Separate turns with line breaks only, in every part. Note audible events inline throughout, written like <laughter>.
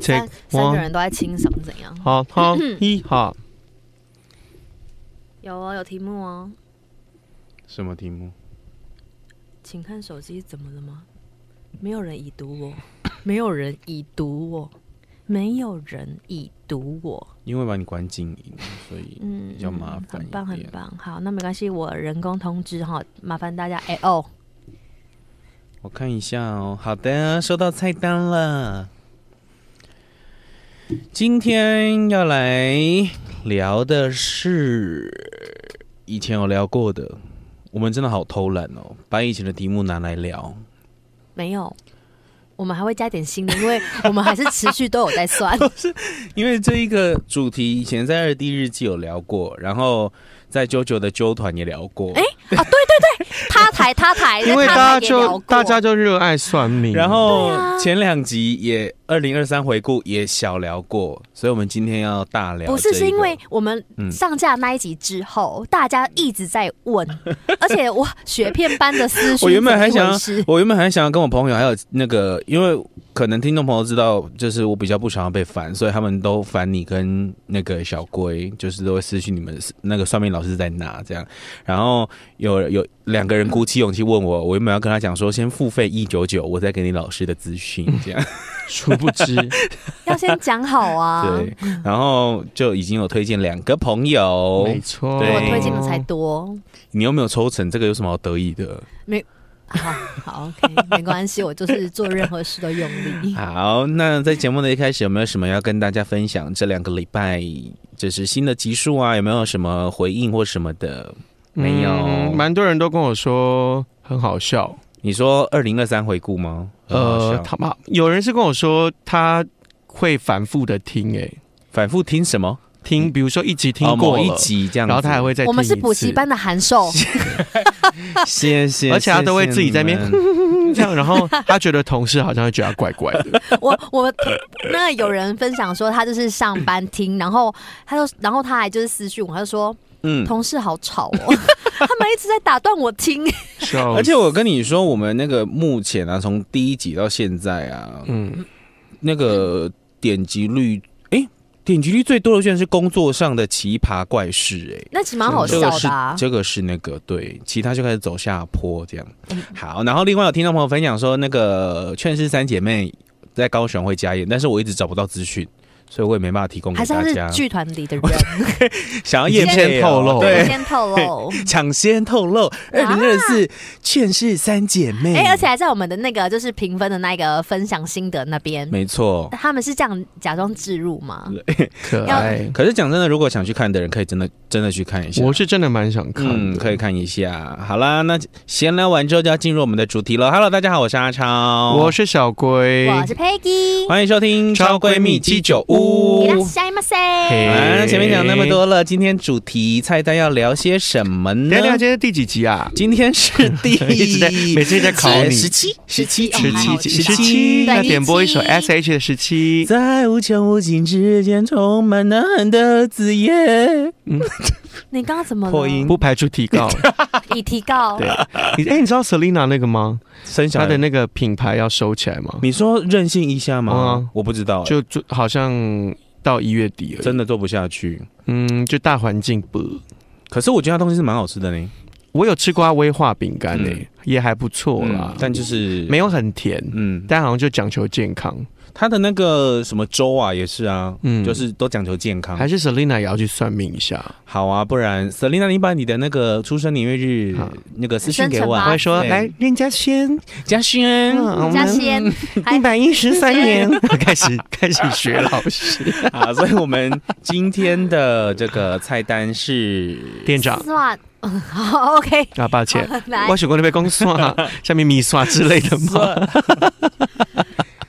三三个人嗯都在清嗓，怎样？
好，好，一好，
有哦，有题目哦，
什么题目？
请看手机，怎么了吗？没有人已读我，没有人已读我，没有人已读我。
因为把你关静音，所以
嗯，
比较麻
很
烦一
棒，很
点
棒。好，那没关系，我人工通知哈，麻烦大家。哎、哦，
我看一下哦。好的，收到菜单了。今天要来聊的是以前有聊过的，我们真的好偷懒哦，把以前的题目拿来聊。
没有，我们还会加点新的，因为我们还是持续都有
<laughs>
在算。
因为这一个主题以前在二 D 日记有聊过，然后在九九的纠团也聊过，
他台他台，
因为
他
大
台
家
也聊
就
过
大家就热爱算命，
然后前两集也二零二三回顾也小聊过，所以我们今天要大聊这一个。
不是，是因为我们
嗯
上架那一集之后，大家一直在
<laughs>
问，而且我雪片般的思绪，
我原本还
怎么一
想
回
要
事
我原本还想要跟我朋友还有那个，因为可能听众朋友知道，就是我比较不想要被烦，所以他们都烦你跟那个小龟，就是都会失去你们那个算命老师在哪这样。然后有有两个人鼓起勇气问我，我原本要跟他讲说，先付费一九九，我再给你老师的资讯这
<laughs>
样。
殊不
<laughs>
知
要先讲好啊。
对，然后就已经有推荐两个朋友，
没错，
<laughs> 哦对
我推荐的才多。
你又没有抽成，这个有什么好得意的？
啊好好，OK，没
<laughs>
关系，我就是做任何事都用力。
好，那在节目的一开始，有没有什么要跟大家分享？这两个礼拜就是新的集数啊，有没有什么回应或什么的？没有
嗯蛮多人都跟我说很好笑，
你说二零二三回顾吗？
呃，
他
他妈有人是跟我说他会反复的听，哎，
反复听什么？
听，比如说一集听
嗯哦
过
某一
了，
集这样子，
然后他还会再听
我们是
一
补习
次
班的函授，
<laughs> 谢谢，
而且他都会自己在那边
谢
<laughs>
谢你们
这样，然后他觉得同事好像会觉得他怪怪
<laughs>
的，
我我那有人分享说他就是上班听，然后他就然后他还就是私讯我，他就说
嗯。
同事好吵
<laughs>
哦，他们一直在打断我听。
笑
而且我跟你说，我们那个目前啊，从第一集到现在啊，
嗯，
那个点击率，哎、点击率最多的居然是工作上的奇葩怪事、哎。
那其实蛮好
这
笑
个是
的啊。
这个是那个对，其他就开始走下坡这样。
嗯
好，然后另外有听众朋友分享说，那个《劝世三姐妹》在高雄会加演，但是我一直找不到资讯，所以我也没办法提供
还
给
是他
大
是
家。
剧团里的人，
想要验
先透露
对，
先透
<laughs>
露。
抢先透露，二零二四《劝世三姐妹》。
哎、而且还在我们的那个就是评分的那个分享心得那边，
没错。
他们是这样假装置入吗？
可爱。
可是讲真的，如果想去看的人，可以真的真的去看一下。
我是真的蛮想看的，
嗯，可以看一下。好啦，那闲聊完之后就要进入我们的主题了。Hello，大家好，我是阿超，
我是小龟，
我是 Peggy，
欢迎收听《超闺蜜七九屋
い》らっ。しゃいませ。
嘿
啊，前面讲那么多了，今天主题菜单要聊些什么呢
等一？下，今天第几集啊？
今天是
<laughs>
第
一直在每次在考你
十七十七
哦还好
十
我
七，
知
十
道
七，
对
那点播一首
17
S.H. 的十七，
在无穷无尽之间，充满呐喊的字眼。
你刚刚怎么了
破音
不排除提 <laughs> 高。
已提告
对，你哎，你知道 Selina 那个吗？
生小
她的
孩，
那个品牌要收起来吗？
你说任性一下
嗯啊
吗？我不知道，就
就就好像到一月底了，
真的做不下去。
嗯，就大环境不。
可是我觉得它东西是蛮好吃的呢，
我有吃过它威化饼干
嗯
诶，也还不错啦
嗯，但就是
没有很甜，
嗯，
但好像就讲求健康。
它的那个什么粥啊，也是啊，
嗯
就是都讲求健康
还。是 Selina 也要去算命一下，
好啊，不然 Selina，你把你的那个出生年月日
好
那个私信给我
生辰八
啊，
我
字
会说
对
来练家轩
嘉轩， <laughs>
嗯
嘉轩，还
一百一十三年，开始开始学老师
啊，所以我们今天的这个菜单是
店长
算 <laughs> 好 OK，
<laughs> 啊，抱歉，
好来
我想过那边公算，
<laughs>
下面米刷之类的吗？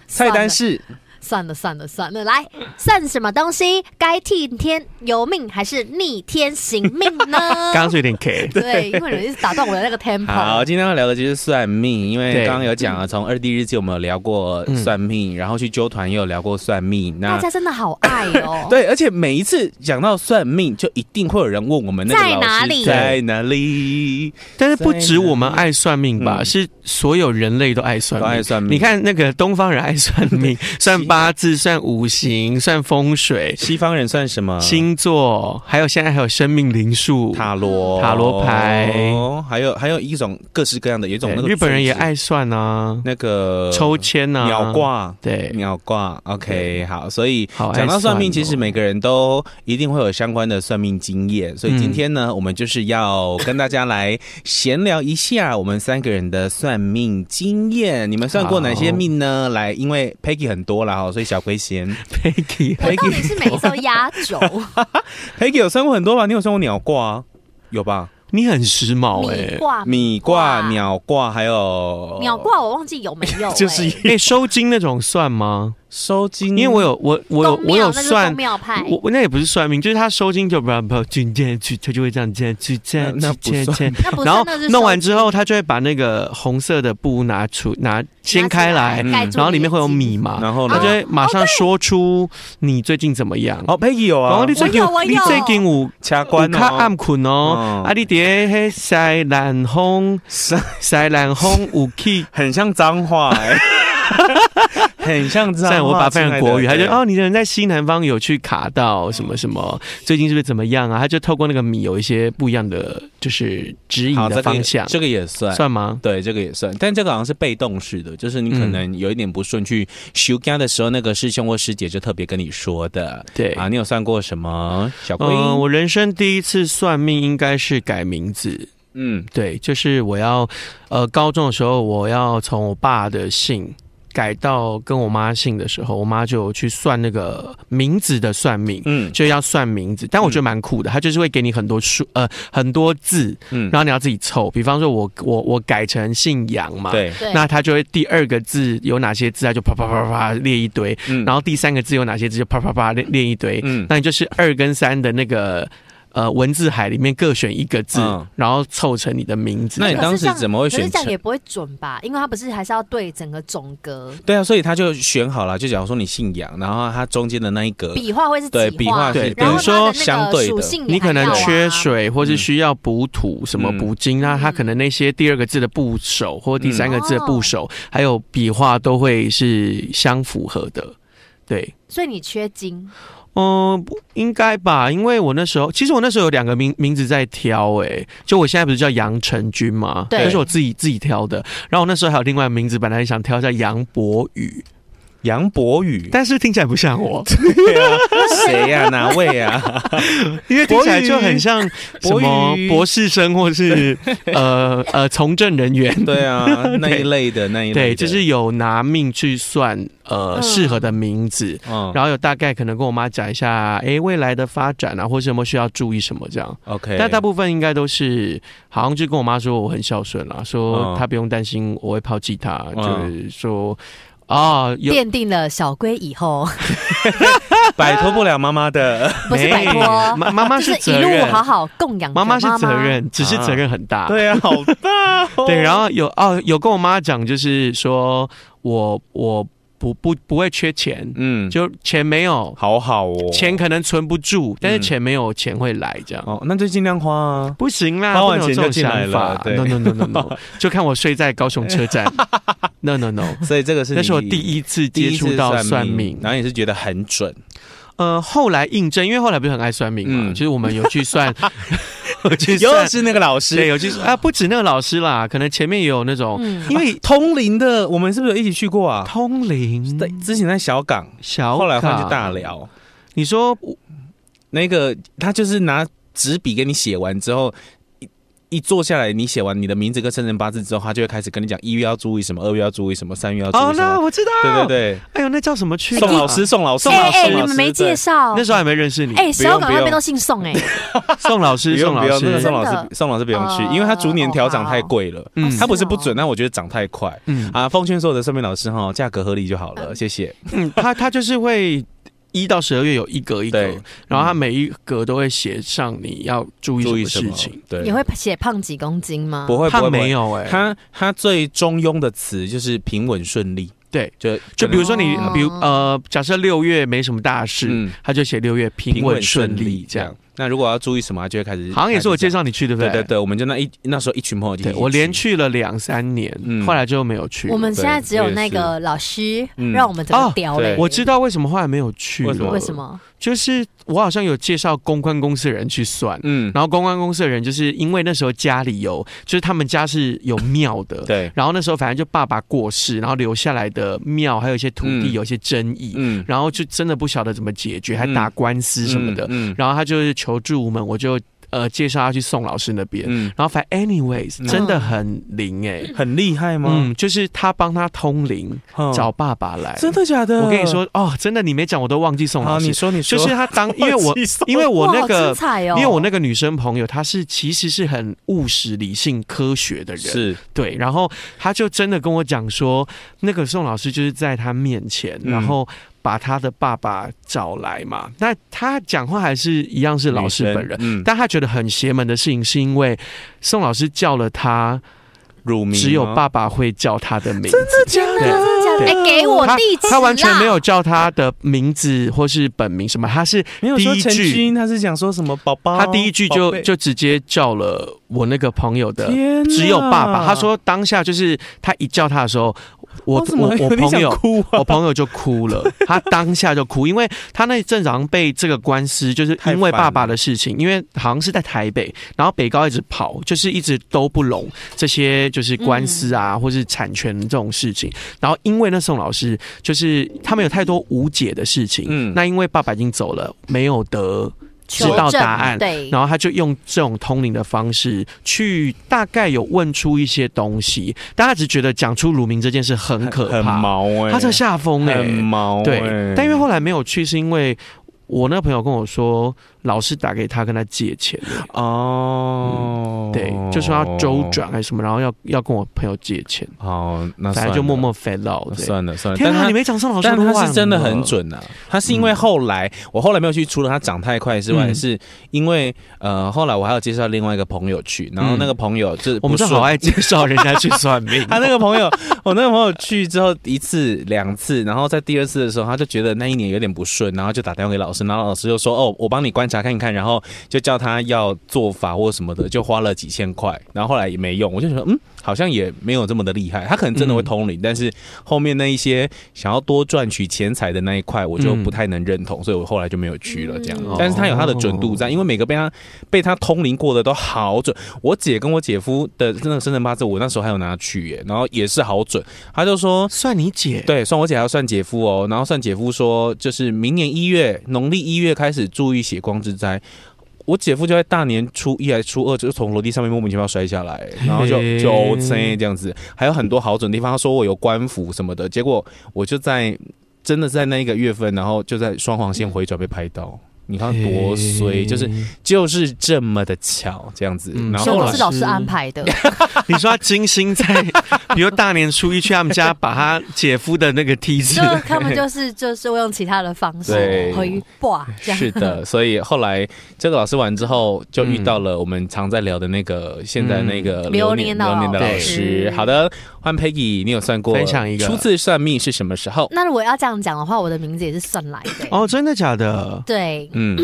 菜单是
算了算了算了，来算什么东西？该替天由命还是逆天行命
<laughs>
呢？
刚刚是有点 K，
对，因为你们一直打断我的那个
好，
tempo。
今天要聊的就是算命，因为
对
刚刚有讲啊，从二 D 日记我们有聊过算命，然后去纠团也有聊过算命，
大
那。
家真的好爱哦。
对，而且每一次讲到算命，就一定会有人问我们那个
在
老师
哪里
在哪里，
但是不止我们爱算命吧，
嗯
是所有人类都爱算
都爱
命。
算命。 <laughs>
你看那个东方人爱算命，算八字，算五行，算风水，
西方人算什么？
星座，还有现在还有生命灵数。
塔罗、哦
塔罗牌，
还有还有一种各式各样的，有一种
对
那个
日本人也
组织
爱算啊，
那个
抽签啊，
鸟卦。
对，
鸟卦，OK，
对
好，所以
好爱
讲到算命，
哦
其实每个人都一定会有相关的算命经验，
嗯
所以今天呢，我们就是要跟大家来闲聊一下我们三个人的算命经验。你们算过哪些命呢？来，因为 Peggy 很多啦，哈，所以小龟先
<laughs> Peggy
我到底是每一周压
<laughs>
轴， <laughs>
，Peggy 有算过很多吧？你有算过鸟卦？有吧？
你很时髦哎、
米卦、 <laughs>
米卦、鸟卦，还有
鸟卦，我忘记有没
<laughs>
有、欸，
就是
哎、收金那种算吗？
收金，
因为我有我我有
公
我
庙
有
那是
算
公，庙派，
我我那也不是算命，就是他收金就不不进进去，他就会这样进去进
那那不
去
算
进去，
那不是
然后
那是
弄
手
完
机
之后，他就会把那个红色的布拿出拿掀
拿起
开
来
来，
哦
嗯
盖住
然后里
你的
面会有
鸡
米嘛，
然后呢
他就？会马上说出你最近怎么样。
哦，Peggy 有
然
啊
后，你最近
我有我有
你最近有
掐
有
关
较暗
哦，
困哦，
嗯。
啊，你伫迄西南风，西南风有去
很像脏话
<laughs>
哎、很像
虽
脏话。
然我把它翻成国语，
亲爱
他
的
就哦，，你的人在西南方有去卡到什么什么，最近是不是怎么样啊？他就透过那个米有一些不一样的，就是指
对
引
好，这
的
个也
方向，
这个也算。
算吗？
对，这个也算，但这个好像是被动式的，就是你可
嗯
能有一点不顺，去修家的时候，那个师兄或师姐就特别跟你说的。
对
啊，你有算过什么小龟？
嗯，我人生第一次算命应该是改名字，
嗯，
对，就是我要，呃，高中的时候我要从我爸的姓改到跟我妈姓的时候，我妈就去算那个名字的算命，
嗯
就要算名字，但我觉得蛮酷的，他就是会给你很多数，呃，很多字，
嗯
然后你要自己凑。比方说我我我改成姓杨嘛，，
对，
对，
那他就会第二个字有哪些字，他就啪啪啪啪列一堆，
嗯
然
后
后第三个字有哪些字就啪啪啪列列一堆，
嗯
那你就是二跟三的那个呃文字海里面各选一个字，
嗯
然后凑成你的名字。
那你
可是
当时
这样
怎么会
可是
选
这样
成
也不会准吧？因为他不是还是要对整个总格，
对啊，所以他就选好了，就假如说你姓杨，然后他中间的那一格，
笔画会是
对
几
笔画是
呃对
然后
比如说
它的那个
相对的
属性也
你可能
还要啊
缺，水，或是需要补土，什么补金啊？
嗯
它可能那些第二个字的部首，或第三个字的
嗯
部首，还有笔画都会是相符合的。对，
所以你缺金，
嗯，不应该吧？因为我那时候，其实我那时候有两个名名字在挑、欸，就我现在不是叫杨成军嘛，
对
那是我自己自己挑的。然后我那时候还有另外一个名字，本来想挑叫杨博宇，
杨博宇，
但是听起来不像 <laughs> 我，
对啊，谁呀、哪位呀、
因为听起来就很像什
博宇
么
博宇
博士生或 <laughs> 是呃呃从政人员，
<laughs> 对啊，那一类的那一
<laughs>
类
对，
的，
就是有拿命去算呃
嗯
适合的名字，
嗯
然后有大概可能跟我妈讲一下，哎，未来的发展啊，或是有没有需要注意什么这样。
，OK，
但大
<laughs>
部分应该都是，好像就跟我妈说我很孝顺啦，说
嗯
她不用担心我会抛弃她，
嗯
就是说啊，有
奠定了小龟以后
摆脱不了妈妈的，
不是摆脱
没，妈妈妈
就是是
责
一路
任，
好好供养着
妈
妈
妈是责，任，只是责任很大。
对啊，好大、哦，
对，然后有哦，有跟我妈讲，就是说我我不不不会缺钱，
嗯，就
就钱没有，
好好哦，
钱可能存不住，但是
嗯
钱没有，钱会来这样。
哦，那就尽量花啊，
不行啦，
花
不
完
能有这
钱就
种
进来
想
了
法。
对
No no no no no，就看我睡在高雄车
<laughs>
站。No no no，
所以这个是
那是我
你
第一次
第
接
一次
触到
算
算命。
然后也是觉得很准，
呃，后来印证，因为后来不是很爱算命嘛，
嗯
就是我们有去算，
<laughs>
有去
又
算，
是那个老
对，
师。
有去啊，不止那个老师啦，可能前面也有那种
嗯，
因为通灵的，我们是不是有一起去过啊？
通灵
对，之前在小港，
小，
后来换去大。寮。
你说
那个他就是拿纸笔给你写完之后，一一坐下来，你写完你的名字跟生辰八字之后，他就会开始跟你讲一月要注意什么，二月要注意什么，三月要注
哦
意，什
那
么。
我知道，
对对
哎呦，那叫什么去啊？
对，宋老师，宋老师，宋
哎
老
哎，
师，
你们没介
绍。
绍
那，时候还没认识你。
哎，小
不
港
用
那边都姓宋哎，
宋老
不
师，宋
用不
老
用，那个
师，
宋老
真
师
的，
宋老师不用去，
哦
因为他逐年调涨太贵了。
嗯
他不是
是
不
哦
准，但我觉得涨太快
嗯
啊。奉劝所有的算命老师哈，价格合理就好了，谢谢。
嗯，他他就是会。一到十二月有一格一格
对，嗯
然后他每一格都会写上你要注
注
意
意
什
什
么
么
事情。？
对，
也会写胖几公斤吗？
不会不
他
会
没
有。
有哎，
他他最中庸的词就是平稳顺利，
对，
就
就比如说你
哦，
比如呃，假设六月没什么大事，
嗯
他就写六月平稳顺利这样。。
那如果要注意什么，他就会开始。
好像也是我介
绍。
绍你去，对不
对
对
对对，我们就那一那时候一群朋友就一
对
起
我连，去了两三年，
嗯
后来就没有去。
我们现在
对
只有
我也
那
是
个老师
嗯
让我们怎么
哦
雕嘞
对？
我知道为什么后来没有去了，
为什么
为什么？
就是我好像有介绍公关公司的人去算。
嗯，
然后公关公司的人就是因为那时候家里有，就是他们家是有庙的，
对，
然后那时候反正就爸爸过世，然后留下来的庙还有一些土地
嗯
有一些争议，
嗯，
然后就真的不晓得怎么解决，还打官司什么的。
嗯，
然后他就是求助无门，我就呃介绍他去宋老师那边。
嗯，
然后反正 anyways
嗯
真的很灵哎、
很厉害吗？
嗯，就是他帮他通灵，
嗯
找爸爸来。
真的假的？
我跟你，说哦，真的你没讲我都忘记宋
好，
老师，
你说你说，哦
就是他当因为我
记错
因为我
哇
那
好
个
精彩哦，
因为我那个女生朋友，她是其实是很务实、理性、科学的人，
是
对。然后她就真的跟我讲说，那个宋老师就是在她面前，
嗯
然后把她的爸爸找来嘛。那她讲话还是一样是老师本人，
人，
但她觉得很邪门的事情，是因为宋老师叫了她，
乳名哦
只有
吗，
爸爸会叫她的名字，
真的
对
真的假的？
对
哎，给我
她
地址啦，
她完全没有叫她的名字或是本名什么，她是
没有
第
说
一
陈
句
君，他是讲说什么宝宝，
她第一句
哦宝
就
贝
就直接叫了我那个朋友的。
天哪，哦
只有爸爸。他说当下就是他一叫他的时候，我
怎么
我我
有点
朋
想
友。
哭啊
我朋友就哭了，他当下就哭，因为他那一阵子好像被这个官司，就是因为爸爸的事情，因为好像是在台北，然后北高一直跑，就是一直都不拢这些就是官司啊，或是产权这种事情。然后因为那宋老师，就是他们有太多无解的事情，
嗯
那因为爸爸已经走了，没有得知
求
道
证
答案，
对，
然后他就用这种通灵的方式去大概有问出一些东西，但他只觉得讲出乳名这件事很可
很
怕，
毛哎，
他这下风哎、
很毛哎，
对，但因为后来没有去，是因为我那个朋友跟我说，老师打给他跟他借钱欸、
哦，
对，就说要周转还是什么，然后要要跟我朋友借钱，
好，哦那
反正
算
就
了
默默 fade out
那
对。
算了算了，
天
但
哪，
他
你没讲上老师，
但
我都
他
忘
是真的
了
很。准啊！他是因为后来、我后来没有去，除了他长太快之外，
嗯
是因为呃后来我还有介绍另外一个朋友去，然后那个朋友就是
嗯我们
是
是好
<laughs>，
爱介绍人家去算命
他那个朋友，我那个朋友去之后一次两次，然后在第二次的时候，他就觉得那一年有点不顺，然后就打电话给老师，然后老师就说：“哦，我帮你观察看一看。”然后就叫他要做法或什么的，就花了几千块，然后后来也没用。我就觉得，嗯，好像也没有这么的厉害。他可能真的会通灵，但是后面那一些想要多赚取钱财的那一块，我就不太能认同，所以我后来就没有去了。这样，
嗯
但是他有他的准度在，因为每个被他被他通灵过的都好准。我姐跟我姐夫的那个生辰八字，我那时候还有拿去耶，然后也是好准。他就说，
算你姐，
对，算我姐还要算姐夫哦，然后算姐夫说，就是明年一月，农历一月开始注意血光之灾。我姐夫就在大年初一还是初二，就从楼梯上面莫名其妙摔下来，然后就
嘿
就这样子，还有很多好准的地方。他说我有官服什么的，结果我就在真的在那一个月份，然后就在双黄线回转被拍到。你看啊多
哎
衰，就是就是这么的巧，这样子。
嗯
然
所以
后
我
老
是
师
老师安排
<laughs>
的，
你说他精心在，比如大年初一去他们家，把他姐夫的那个梯子
就，他们就是就是会用其他的方式
对
回挂这样。
是的，所以后来这个老师完之后，就遇到了我们常在聊的那个、现在那个
嗯
流
流年
年
的
流年的
老
老
师
师。好的，换 Peggy，你有算过
分享一个
初次算命是什么时候？
那如果要这样讲的话，我的名字也是算来的。
<laughs> 哦，真的假的？
对，
嗯，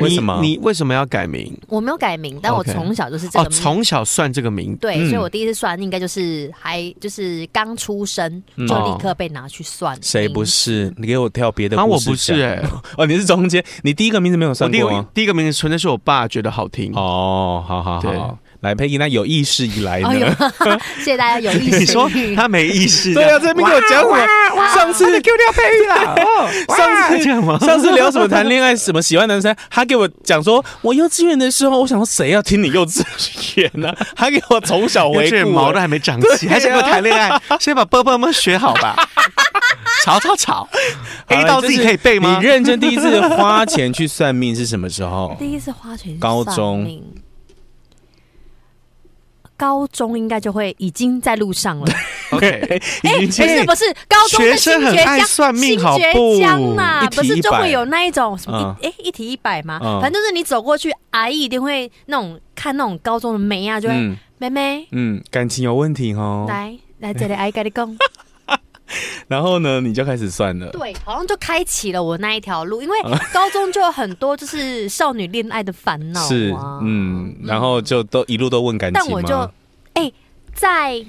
为什么？
你你为什么要改名？
我没有改名，但我
OK
从小就是这
哦，
个名。
从小算这个名，
对，
嗯
所以我第一次算应该就是还就是刚出生
嗯
就
哦
立刻被拿去算命。
谁不是？你给我跳别的故
啊，
事
我不是
讲
哎、
哦，你是中间，你第一个名字没有
我
算
第一
过
个
吗？
第一个名字纯粹是我爸觉啊得好听。
哦，好好
对
好，来 Peggy，那有意识以来呢？
哎呦，谢谢大家有 <laughs> 意识。
<laughs> 你说他没意识？
对啊，这边给我讲什么？上次 Q 掉佩玉 <laughs> 啦，
哦
上次
这样吗？
<laughs> 上次聊什么谈恋爱，什么喜欢男生，他给我讲说，我幼稚园的时候，我想说谁要听你幼稚园呢、 <laughs> 他给我
<laughs>
从小
我
回
这
顾
毛
<laughs>
都还没长齐，还想跟我谈恋爱？先把啵啵么学好 <laughs> 吧。吵吵吵
了
，A 到自己可以背吗
你？认真第一次花钱去算命是什么时
<laughs>
候？
第一次花钱是
高中
算命，高中应该就会已经在路上了。
OK，
哎，不是不是，高中
学生很爱算命，好不
新？疆嘛，
一
啊不
题
是
一
就
百
会有那一种什么一哎一题一百嘛，
嗯
反正就是你走过去，阿姨一定会那种看那种高中的妹啊，就会
嗯
妹妹
嗯，感情有问题哦。
来来这里，阿姨跟你讲，
然后呢，你就开始算了。
对，好像就开启了我那一条路，因为高中就有很多就是少女恋爱的烦恼、啊、
是，嗯，然后就都一路都问感情
但
吗？
我就哎、在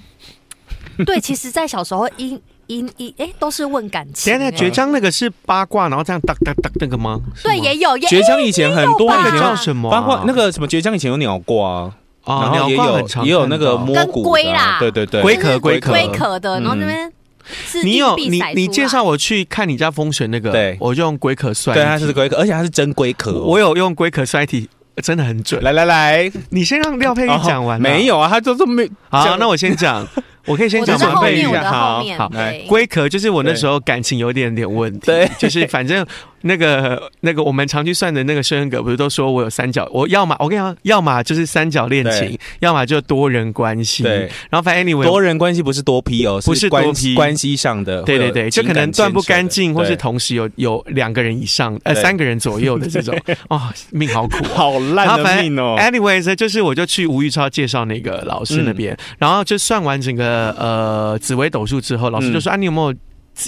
对，其实，在小时候因因因哎都是问感情、
等一下，等一下，
哎
绝江那个是八卦，然后这样哒哒哒那个吗？是
对
吗
也有也哎
绝江以前很多
也有
那
吧
以
个
前
叫什么啊？
包括那个什么绝江以前有鸟挂啊，
啊，
然后也
鸟挂
有
很常
也有
看
那个
到
摸
跟
骨
龟
的啊
啦
对对对，
龟
就是
壳龟壳
龟壳的，
嗯
然后那边是
你有
硬币
你
甩
你
出
介
来
绍我去看你家风水那个，
对
我就用龟壳算一
对，
题，
它是龟壳，而且它是真龟壳哦。
我有用龟壳算一题，真的很准。
来来来，
你先让廖佩玉讲完、
哦没
有？
有啊？他就是没
好，
讲
那我先
<laughs>
讲，我可以先
我的
讲
是
完
吗？
后
佩
面，
玉
我
讲
的后
好
面
好
对
龟壳就是我那时候感情有点点问题，
对
就是反正那个那个我们常去算的那个生人格，不是都说我有三角，我要么我跟你讲，要么就是三角恋情
对，
要么就多人关系，
对，
然后反正 anyway
多人关系不是多批哦，
不是多
关
批
关系上的，
对
会
对对，
有
就可
情感
能断不
牵扯的
干净，或是
对
同时有有两个人以上，呃，
对
三个人左右的这
<laughs>
种，哦，命好苦哦、
好
然
烂
后反正
的命哦。
Anyways，呢就是我就去吴玉超介绍那个老师那边，
嗯
然后就算完整个呃紫微斗数之后，老师就说、啊，你有没有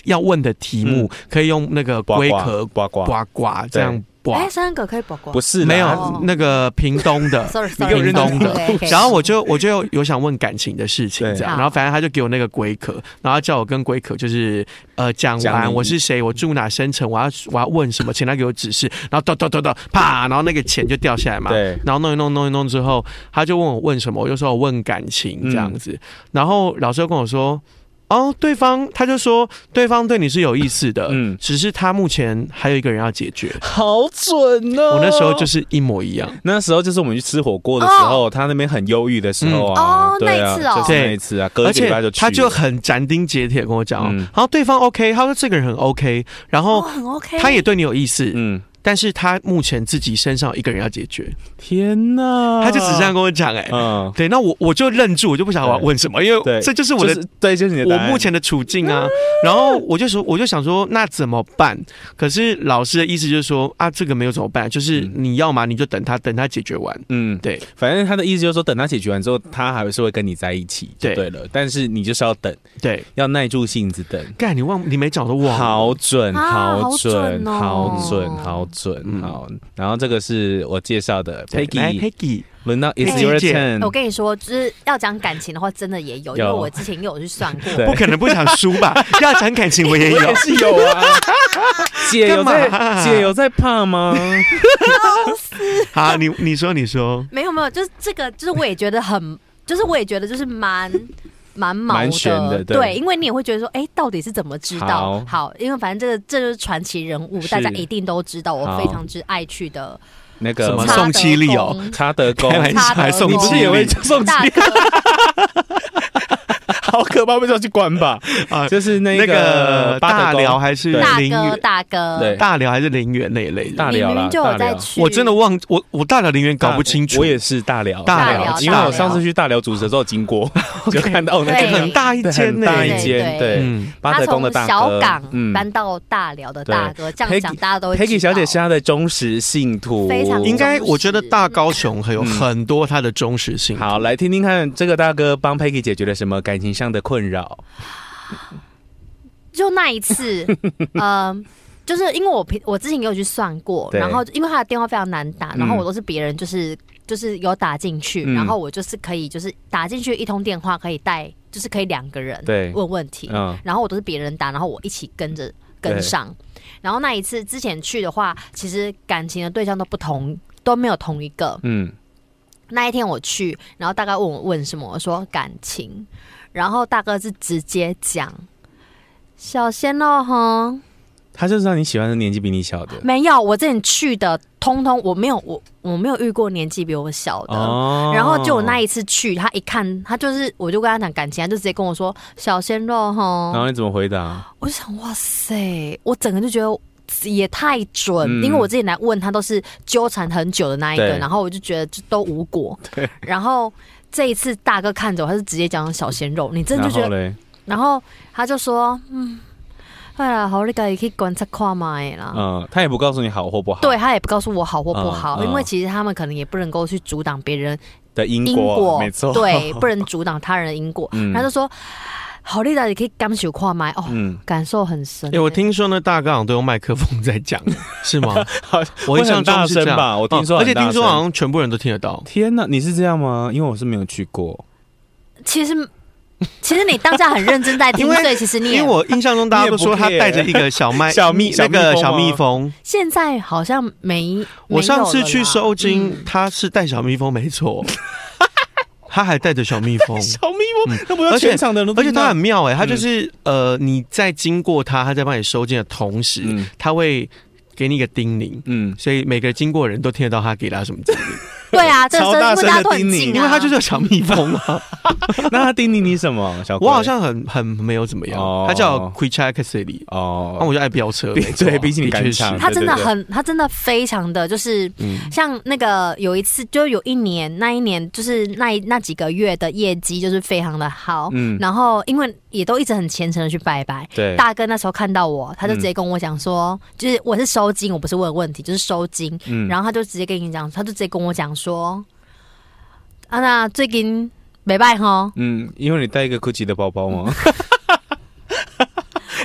要问的题目、
嗯
可以用那个
呱呱
龟壳
呱呱，
呱呱这样
哎，
刮？
三哥可以bỏ 过，
不是啦
没
哦
有那个屏东
<laughs>
的
，sorry
你给
sorry，
我认真的然后我
就
就我就有有想问感情的事情
对
这样，
好
然后反正他就给我那个龟壳，然后叫我跟龟壳就是呃讲
讲
完
你
我是谁，我住哪生辰，我要我要问什么，请他给我指示，然后咚咚咚咚啪，然后那个钱就掉下来嘛，
对
然后弄一弄弄一弄之后，他就问我问什么，我就说我问感情这样
嗯
子，然后老师就跟我说。哦，对方他就说对方对你是有意思的，嗯
嗯，
只是他目前还有一个人要解决。
好准哦。
我那时候就是一模一样，
那时候就是我们去吃火锅的时候，他那边很忧郁的时候
哦嗯
啊，
哦
对啊
那一次哦
就是那一次啊，隔
而
一个礼
且
拜就去了
他就很斩钉截铁地跟我讲哦，
嗯
然后对方 OK，他说这个人很 OK，然后
哦很 OK，
他也对你有意思，
嗯，
但是他目前自己身上有一个人要解决，
天哪，
他就只这样跟我讲、哎、
哦嗯，
对，那我我就愣住，我就不想我要问什么，因为
对，
这就是我的、
是对， <laughs> 就是你的
我
答案
目前的处境啊。然后我就说，我就想说，那怎么办？可是老师的意思就是说啊，这个没有怎么办，就是
嗯
你要嘛你就等他，等他解决完。
嗯，
对，
反正他的意思就是说，等他解决完之后，他还是会跟你在一起，就
对
对了。但是你就是要等，
对，
要耐住性子等。
干你忘你没讲的忘了
好准，
啊
好准，
好准
好准，
哦
好准，
嗯
好。然后这个是我介绍的
对来
Peggy，
Peggy，
轮到 It's
Peggy
your
姐
turn
我。跟你说，就是要讲感情的话，真的也有，因为
有
我之前也有去算
<laughs>
过。
对
不可能不想输吧？要讲感情我也有，
哎 <laughs> 我也是有啊，姐有
干嘛
在，姐有在怕 <laughs> 吗？
好，你你说你说，
没有没有，就是这个，就是我也觉得很， <laughs> 就是我也觉得就是
<laughs>
蛮。蛮毛
蛮悬的对
对，因为你也会觉得说，哎、到底是怎么知道
好？
好，因为反正这个这就是传奇人物，
是
大家一定都知道。我
好
非常之爱去的
那
什
个
么
差
宋
德
七力哦
<laughs>
宫
查德公，
开玩笑，
差得
还送
多
你不是也会
<laughs>
送
大
去？ <laughs>
哥，
好可怕，不知道去关吧？
啊？
<laughs> 就是那
那
个
个大
辽
寮，还是
大
陵
哥，
园？
大哥，
对
大寮还是陵园那一类的？
大
你
寮
明
啦
明就
大
有在
寮
去，
我真的忘我我大寮陵园搞不清楚，<laughs>
我也是大寮，
大
寮
因为
大
我
寮
上次去大寮主持的时候经过， <laughs> 就看到哦那
对
个
哎很大一
对
间
很
呢，
大一
对对
间，对，
嗯，
巴
他
德宫
从
的大
小
哥
港
嗯
搬到大寮的大哥，这样讲
Peggy-
大家都会知道。
Peggy 小姐是她的忠实信徒，
非常
应该我觉得大高雄很有
嗯
很多它的忠实性。
好，来听听看这个大哥帮 Peggy 解决了什么感情上的困扰。
就那一
<laughs>
次，呃，就是因为我平我之前也有去算过，
对
然后因为他的电话非常难打，
嗯
然后我都是别人就是就是有打进去，
嗯
然后我就是可以就是打进去一通电话可以带，就是可以两个人
对
问问题，
嗯，
然后我都是别人打，然后我一起跟着跟上。然后那一次之前去的话，其实感情的对象都不同，都没有同一个。
嗯，
那一天我去，然后大概问我问什么，我说感情，然后大哥是直接讲小鲜肉哈，
他就是让你喜欢的年纪比你小的
没有，我之前去的通通我没有我我没有遇过年纪比我小的。
哦
嗯然后就我那，一次去，他一看，他就是，我就跟他讲感情，他就直接跟我说小鲜肉哈，
哦然后你怎么回答？
我就想，哇塞，我整个就觉得也太准，
嗯
因为我之前来问他都是纠缠很久的那一个，
对
然后我就觉得就都无
<laughs>
果。然后这一次大哥看着我，他是直接讲小鲜肉，你真的
然
就觉
后
得，
嘞，
然后他就说，嗯，哎呀，好，你可以去观察看买啦。
嗯，他也不告诉你好或不好，
对他也不告诉我好或不好，
嗯嗯
因为其实他们可能也不能够去阻挡别人
的因
因
果，
果，
没错，
对，不能阻挡他人的因果。
<laughs> 嗯
他就说。好丽达也可以感受跨麦哦，
嗯，
感受很深欸、
哎、我听说呢，大纲好像都用麦克风在
<laughs>
讲，是吗？
好，
我印
会
象
很大
中是这
声
样
吧？我听
哦
说
而
很
且
大声，
听说好像全部人都听得到。
天哪，你是这样吗？因为我是没有去过，
其实，其实你当下很认
<laughs>
真在听
因，为
所以其实你
因
也
为我印象中大家都说他
<laughs> 你也不 care
带着一个小麦
<laughs> 小蜜
那个
小
小
蜜
蜜
蜂吗
蜂。
现在好像没。
我上次去收
金，
金
嗯，
他是带小蜜蜂，没
<laughs>
错，他还带着小蜜蜂。
小蜜蜂，嗯那不
嗯而
要
且
全场的人
而
都
且
听到，
它很妙哎、它就是、呃，你在经过它，它在帮你收件的同时，
嗯
它会给你一个叮咛， <laughs>
嗯，
所以每个经过的人都听得到它给他什么
<laughs>
叮咛，<laughs>
对啊，这
超
声
大
因为大家
声的
都很
叮咛
近、啊，
因为它就是有小蜜蜂
<laughs>
啊。
那他叮咛你什么？小龟
我好像很很没有怎么样，
哦
它叫 q u i c h a k s i l y
哦，
那我就爱飙车，
毕
没错啊
对毕竟你
的确
赶
是
场
他真的
对对对
很，他真的非常的就是，
嗯
像那个有一次，就有一年，那一年就是那一那几个月的业绩就是非常的好，
嗯
然后因为也都一直很虔诚的去拜拜。
对，
大哥那时候看到我，
嗯
他就直接跟我讲说，就是我是收金，我不是问问题，就是收金。
嗯
然后他就直接跟你讲，他就直接跟我讲说，啊那最近没拜
<laughs>
吼，
嗯，因为你带一个 GUCCI 的包包吗？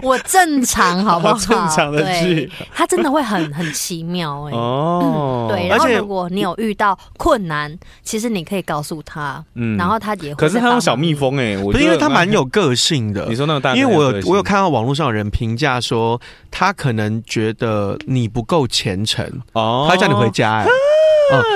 我正常好不好？
正常的
对
事，
他真的会很很奇妙
嗯
哎、
哦，
对，然
而
后
且
如果你有遇到困难，其实你可以告诉他，
嗯
然后他也会。
可是他用小蜜，蜂哎，我
不是因为它蛮
有，
有个性的
<laughs> 你。说那种大哥
因
很
为我
个性，
有我有看到网络上有人评价说，他可能觉得你不够虔诚，
哦，
他会叫你回家、哎、嗯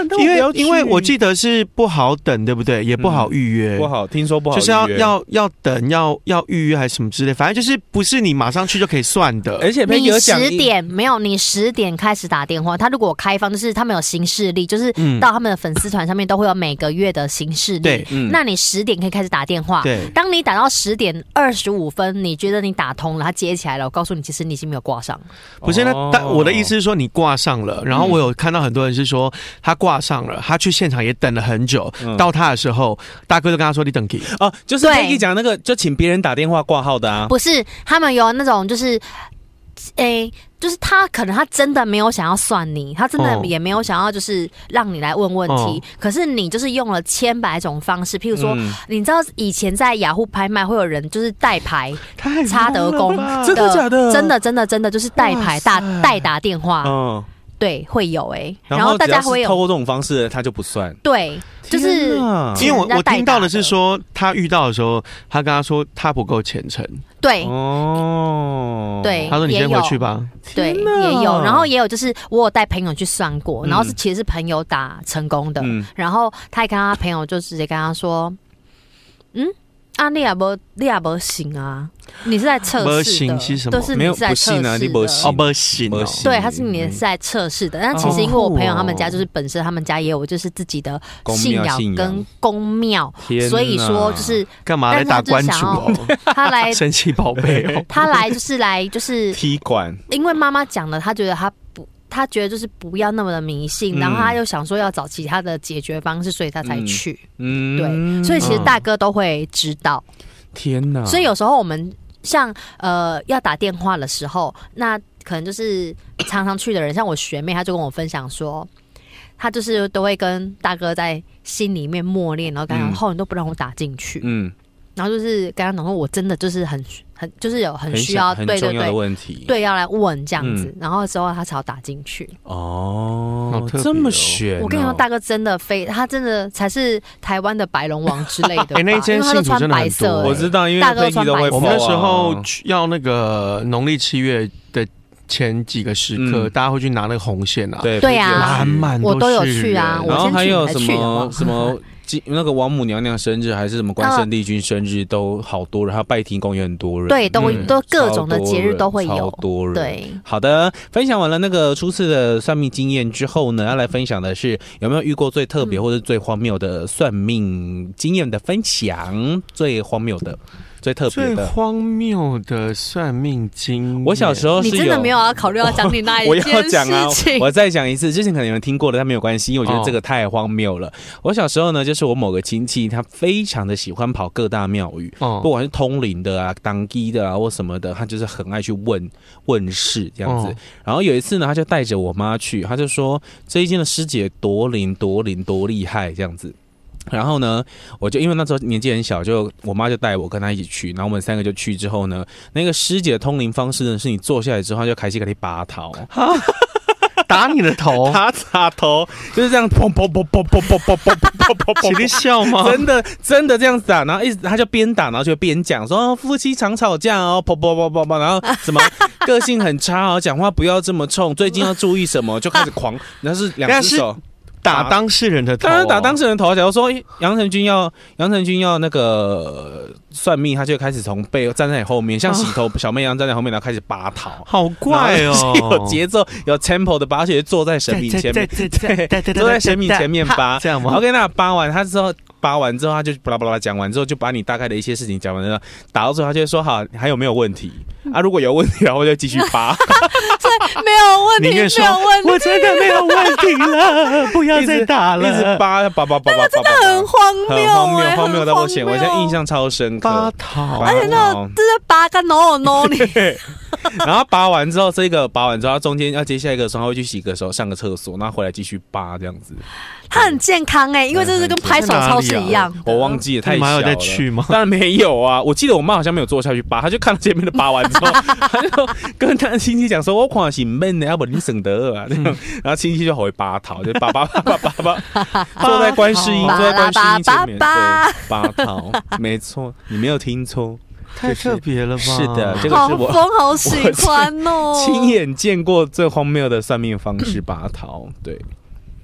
那我
因
不要
为
去嗯
因为我记得是不好等，对不对？也不好预约，
不好，听说不好
就
预约，
是要要要等，要要预约还是什么之类，反正就是不是你马上去就可以算的。
而且被
你
有讲
十
义
点没有，你十点开始打电话。他如果开放，就是他们有行事历，就是
嗯，
到他们的粉丝团上面都会有每个月的行事历
对。
嗯
那你十点可以开始打电话。
对，
当你打到十点二十五分，你觉得你打通了，他接起来了，我告诉你，其实你已经没有挂上。
不是那
哦
但我的意思是说你挂上了，然后我有看到很多人是说他挂上了，他去现场也等了很久，
嗯
到他的时候，大哥就跟他说你等 key，
哦，就是
对
Peggy 讲那个，就请别人打电话挂号的啊。
不是，他们有那种就是，诶、就是他可能他真的没有想要算你，他真的
哦
也没有想要就是让你来问问
哦
题，可是你就是用了千百种方式，譬如说，
嗯
你知道以前在雅虎拍卖会有人就是代牌
太
差德公
了吧
嗯真的假的
真的真的真的就是代牌
哇
打
塞
代打电话，
嗯，
对，会有诶、
然
然后大
只要
家
是
会
透
有
过这种方式，他就不算。
对，就是
天哪
因为我
人家
我
代
听到
打
的是
的
说他遇到的时候，他跟他说他不够虔诚，
对
哦，
对
他说你
哎也
先回
有
去吧，
对，
天哪
也有，然后也有就是我有带朋友去算过，
嗯
然后是其实是朋友打成功的，
嗯
然后他也跟他朋友就直接跟他说，嗯。啊，你也不，你也不行啊！你是在测
没
试的，
行是什么
都是
没
你
有
是在
不
测
信啊
试
你不
的。
信欸
哦不行哦
不，行
对，他是你是在测试的。但其实因为
好
我
酷
朋友他们家
哦
就是本身他们家也有就是自己的
公
信
庙
仰
信
跟
仰，
宫庙，
天
所以说
哪
就是
干嘛来打
但是他
关
就是
主
想要哎
哦？<laughs>
他
<laughs>
来，
神奇宝贝哦
他来就是来就是
踢馆，
因为妈妈讲了，她觉得她不，她觉得就是不要那么的迷信，
嗯
然后她又想说要找其他的解决方式，所以她才去。
嗯，嗯
对，所以其实
嗯
大哥都会知道，
天哪，
所以有时候我们像呃要打电话的时候，那可能就是常常去的人，像我学妹，她就跟我分享说。她就是都会跟大哥在心里面默念，然后跟他
嗯
讲，后人都不让我打进去，
嗯，
然后就是跟他讲说，我真的就是很很就是有很
很
需要，
小很
对对
重要的
对
问题，，
对，要来问这样子，
嗯
然后之后他才要打进去。
哦
好，特别哦
这么悬哦，
我跟你说，大哥真的非他真的才是台湾的白龙王之类
<laughs>
的吧，
哎那一间
因为他都
信徒
穿
真的很
白色
多
欸，
我知道，因为
大哥
Peggy
穿
都
白
会
<laughs>
色
我们那时候
破啊
去要那个呃农历七月的前几个时刻，
嗯
大家会去拿那个红线啊，
对
对啊
Peggy 有去
满满
我都有
是
去啊
人
我
然后
先
还
去
有
还
什
去呃了
么
哇
什么金那个王母娘娘生日，还是什么关圣帝君生日，都好多人，还有拜天公也很多人，
对，都
嗯
都各
超
种的
多
节日
人
都会
超
有，
多人。
对，
好的，分享完了那个初次的算命经验之后呢，要来分享的是有没有遇过最特别或者最荒谬的算命经验的分享，最荒谬的、最特别
最
的。
荒谬的算命经验。
我小时候是
你真的没有要考虑要讲你那
<laughs> 我
一
要
件
讲啊
事情，，
我再讲一次，之前可能有人听过的，但没有关系，因为我觉得这个太荒谬了。我小时候呢，就是我某个亲戚，他非常的喜欢跑各大庙宇，
哦
不管是通灵的啊、当机的啊或什么的，他就是很爱去问问事这样子。
哦
然后有一次呢，他就带着我妈去，他就说这一间的师姐多灵多灵多厉害这样子。然后呢，我就因为那时候年纪很小，就我妈就带我跟她一起去，然后我们三个就去之后呢，那个师姐的通灵方式呢，是你坐下来之后她就开始给你拔头，
打你的头，
她插头就是这样砰砰砰砰砰砰砰砰砰砰 <laughs>
请你
砰。
笑吗？
真的真的这样子打，然后一直她就边打，然后就边讲说、哦夫妻常吵架哦，砰砰砰砰砰，然后什 <laughs> 么个性很差哦，讲话不要这么冲，最近要注意什么，就开始 <laughs> 狂，然后是两
但
只
是
手哦
打当事人的头、
当然打当事人头，假如说诶杨成军要杨成军要那个呃算命，他就开始从背站在你后面， <laughs> 像洗头小妹一样站在后面，然后开始拔桃。
好怪
然
哦
后，有节奏、有 tempo 的拔，而且坐在神明前面，坐在神明前面拔。
这样
然后
吗？
跟他扒完，他之后扒完之后，他就巴拉巴拉讲完之后，就把你大概的一些事情讲完之后，打到最后，他就会说好，还有没有问题？啊，如果有问题，然后就继续 <laughs> 扒，
<laughs> 没有问
宁愿
题，
说
没有问题，
我真的没有问题了，不要再打
一直
了。
扒，扒扒扒扒扒扒， <laughs>
很荒谬
很
欸，
荒谬，
很
荒谬到不行！
荒
我
谬
现在印象超深刻。
八桃
拔
而且那
毛
这是八个 no no
<laughs>
你
然后拔完之后，这个拔完之后，他中间要接下一个的时候，他会去洗个手，上个厕所，然后回来继续拔这样子。
它很健康哎、因为这是跟拍手操是一
<laughs>
样的。
我忘记了，太
你
小
妈有
了。
在去吗？
<laughs> 当然没有啊！我记得我妈好像没有坐下去拔，她就看到前面的拔完之后，她就跟她亲戚讲说：“我看是闷的，要不你省得啊。”这样，然后亲戚就回拔桃，就拔拔拔拔拔拔，坐在观世音，
拔
坐在观世音前面，
拔
对，拔桃，没错，你没有听错，
太特别了吧？
是的，这个
好
是我
疯，好喜欢
<laughs>
哦！
亲眼见过最荒谬的算命方式拔桃，对，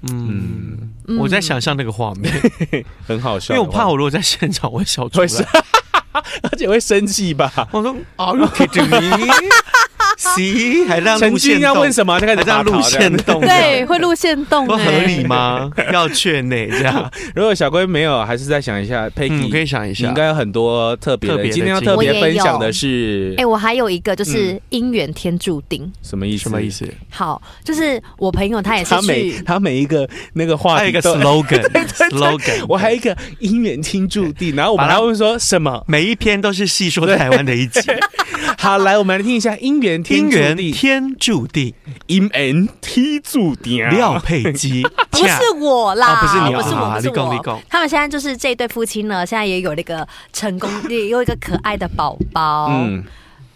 嗯，
嗯
我在想象那个画面，
很好笑
因
的
为
话。
我怕我如果在现场我会笑出
会
来。
生， <laughs> 而且会生气吧？
我说 Are you kidding me？行，还让
陈
路
军
线
要
动
问，什么，就开
还
始拔
让路
桃这样
线
子。
动，
对，会路线动、
不
欸，
合理？吗？ <laughs> 要确内这样，
<laughs> 如果小龟没有，还是再想一下佩
嗯，
奇
我。可以想一
你
下
应，该有很多特别
特
的，
别的
今天要
经验
特别分享
我也有
的是
哎、我还有一个
嗯
就是姻缘天注定。
什么意思？
什么意？思？
好，就是我朋友他也是
他每
去，
他每一个那个话
还有一
题
个
都，对
slogan，slogan，
<laughs> 我还有一个姻缘听注定，然后我们
把它
还会说什么？
每一篇都是细说台湾的一集，
好，来我们来听一下姻缘
姻
听注
缘
定，
天注定，
姻缘听注定，
廖佩基，
不是我啦，
啊不是你
不是
啊
我，
啊
不是
你讲你
我
讲。
他们现在就是这一对夫妻呢，现在也有那个成功， <laughs> 也有一个可爱的宝宝。
嗯，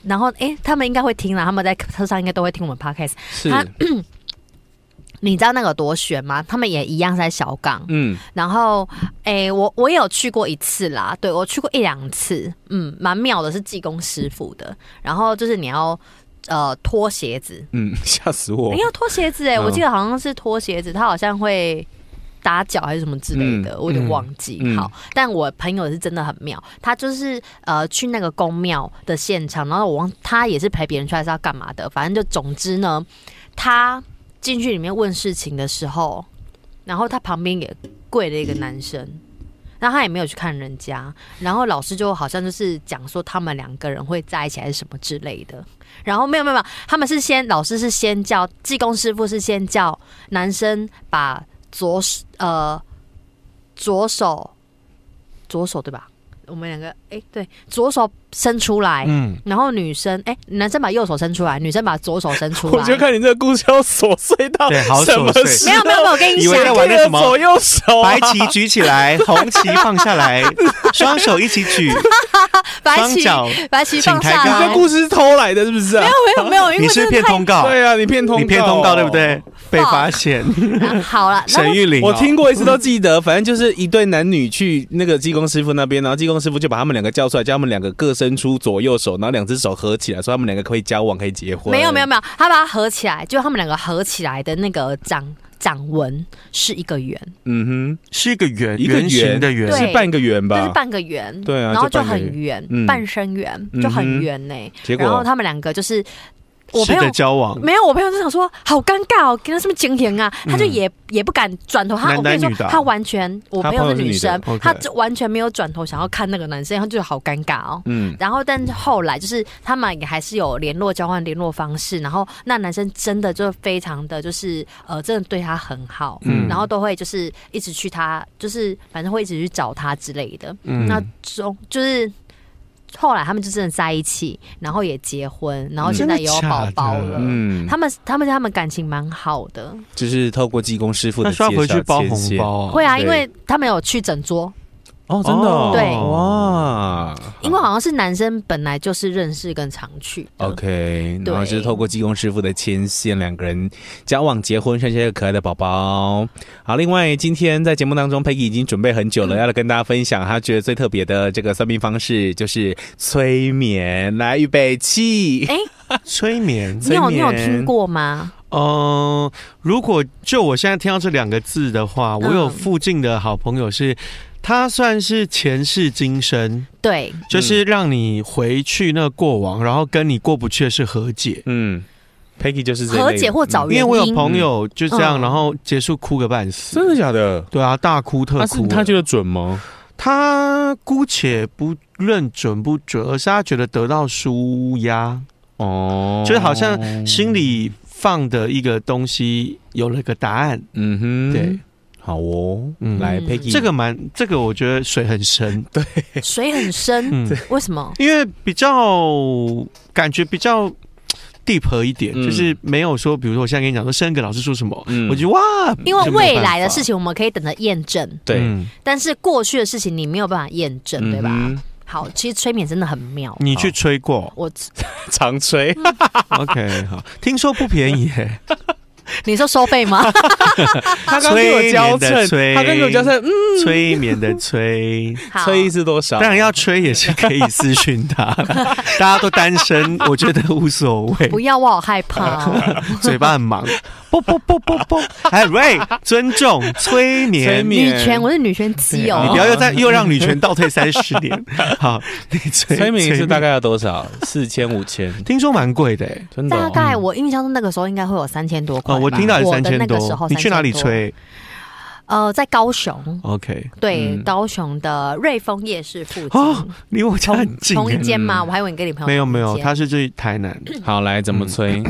然后，哎、他们应该会听啦，他们在车上应该都会听我们 podcast。
是，
他你知道那个有多悬吗？他们也一样在小港，
嗯，
然后，诶、我我也有去过一次啦，对我去过一两次，嗯，蛮妙的，是济公师傅的。然后就是你要呃脱鞋子，
嗯，吓死我
你！要脱鞋子哎、
嗯
我记得好像是脱鞋子，他好像会打脚还是什么之类的，
嗯
我有点忘记。
嗯
好，但我朋友是真的很妙，他就是呃去那个宫庙的现场，然后我忘他也是陪别人去还是要干嘛的，反正就总之呢，他进去里面问事情的时候，然后他旁边也跪了一个男生。然后他也没有去看人家，然后老师就好像就是讲说他们两个人会在一起还是什么之类的，然后没有没有没有，他们是先老师是先叫技工师傅是先叫男生把左手呃左手左手对吧？我们两个哎、对，左手伸出来，
嗯，
然后女生哎、男生把右手伸出来，女生把左手伸出
<laughs>
来。
我就看你这个故事要琐碎到
对好
什么
琐碎
事
没有没有没有，我跟你
以为在
讲，
玩那什么
左右手啊、
白旗举起来，红旗放下来，双手一起举，
白
双
旗
脚，
白旗放下
请抬
你
高
这
来。
故事是偷来的，是不是啊？
没有没有，因
你
为
是
哎
不是
真的
骗
太
通告，
对啊，你骗通，
哦你骗通告对不？对？被发现，
啊好
<laughs>
了，那
沈玉玲哦，
我听过一次都记得，反正就是一对男女去那个技工师傅那边，然后技工师傅就把他们两个叫出来，叫他们两个各伸出左右手，然后两只手合起来，说他们两个可以交往，可以结婚。
没有没有没有，他把它合起来，就他们两个合起来的那个掌掌纹是一个圆，
嗯
是一个圆
一个圆
圆形的圆
哼，
对
是半个圆
就是
吧？
半个圆，
对啊
然后
就
就
半个
很
圆
圆，
嗯
半身圆
嗯哼
就很圆呢、
结
然后
果
他们两个就是我
是
朋
的
友。
交往，
没有，我朋友就想说好尴尬哦，跟他什么情形啊？
嗯
他就也、也不敢转头，他
男
我跟你
的
说
女的，啊
他完全我
他
朋友
朋友
是
是
女
女的
生，
，OK
他就完全没有转头想要看那个男生，他就好尴尬哦。
嗯，
然后，但是后来就是他们也还是有联络、交换联络方式。然后那男生真的就非常的就是呃，真的对他很好，
嗯
然后都会就是一直去他，就是反正会一直去找他之类的。
嗯
那中就是后来他们就真的在一起，然后也结婚，然后现在也有
嗯真的假
宝
的
宝了。
嗯，
他们他们他们感情蛮好的，
就是透过济公师傅
那
的
需要
介
回去
绍
包
牵
红
线。
包啊？
会啊，
对
因为他们有去整桌，
哦，真的哦、
对
哇，
因为好像是男生本来就是认识跟常去
哦
的
OK，然后就是
对
透过济公师傅的牵线，两个人交往、结婚，生下一个可爱的宝宝。好，另外今天在节目当中，Peggy 已经准备很久了，要来跟大家分享她觉得最特别的这个算命方式，就是催眠。来，预备起，
催眠。
你有你有
催眠
听过吗？
嗯、如果就我现在听到这两个字的话，我有附近的好朋友是，他算是前世今
嗯
生， <laughs>
对，
就是让你回去那个过往，然后跟你过不去的是和解。
嗯，Peggy 就是这一类嗯
和解或找
因
哦
原
为我有
因，
朋友就这样，
嗯
然后结束哭个半死。
真的假的？
对啊，大哭特
他是
哭。
他觉得准吗？
他姑且不论准不准，而是他觉得得到舒压，
哦，
就是好像心里放的一个东西有了个答案。
嗯哼，
对，，
好哦，
嗯
来
嗯
Peggy
这个蛮，这个我觉得水很深，
水很深，
嗯，
为什么？
因为比较感觉比较 deep 一点，
嗯
就是没有说，比如说我现在跟你讲说，生个老师说什么，
嗯
我觉得哇，
因为
这没有
未来的
办法
事情我们可以等着验证，
对，
嗯
但是过去的事情你没有办法验证，对吧？
嗯哼？
好，其实催眠真的很妙。
你去吹 <laughs> 过
我，
常吹，
，OK，好，听说不便宜耶， <laughs>
你说收费吗？
他刚跟我交
催眠的
称，
催
他刚跟我交称，嗯，
催眠的催。
好，
吹是多少？
当然要吹也是可以私讯他 <laughs> 啦，大家都单身，我觉得无所谓
<laughs> 不。要，我好害
<laughs>
怕、哦。
嘴巴很忙，啵啵啵啵啵。哎瑞，尊重催
催
眠，
眠
女权，我是女权基友
你不。要又再又让女权倒退三十
<laughs>
年。好，你催
催眠是大概要多少？ <laughs> 四千五千，
听说蛮贵的、欸。
真的哦、
大概我印象中那个时候应该会有三千多块
哦，
吧、
我听到也
我
三
的
千
那个时候
多，你去哪里
3000多？
吹
呃，在高雄，
？OK，
对，
嗯
高雄的瑞丰夜市附近。
哦离我家很近、
同一
欸。
间吗？
嗯
我还以为你跟你朋友
没有没有，
同一间
他是去台南。
好来怎么催？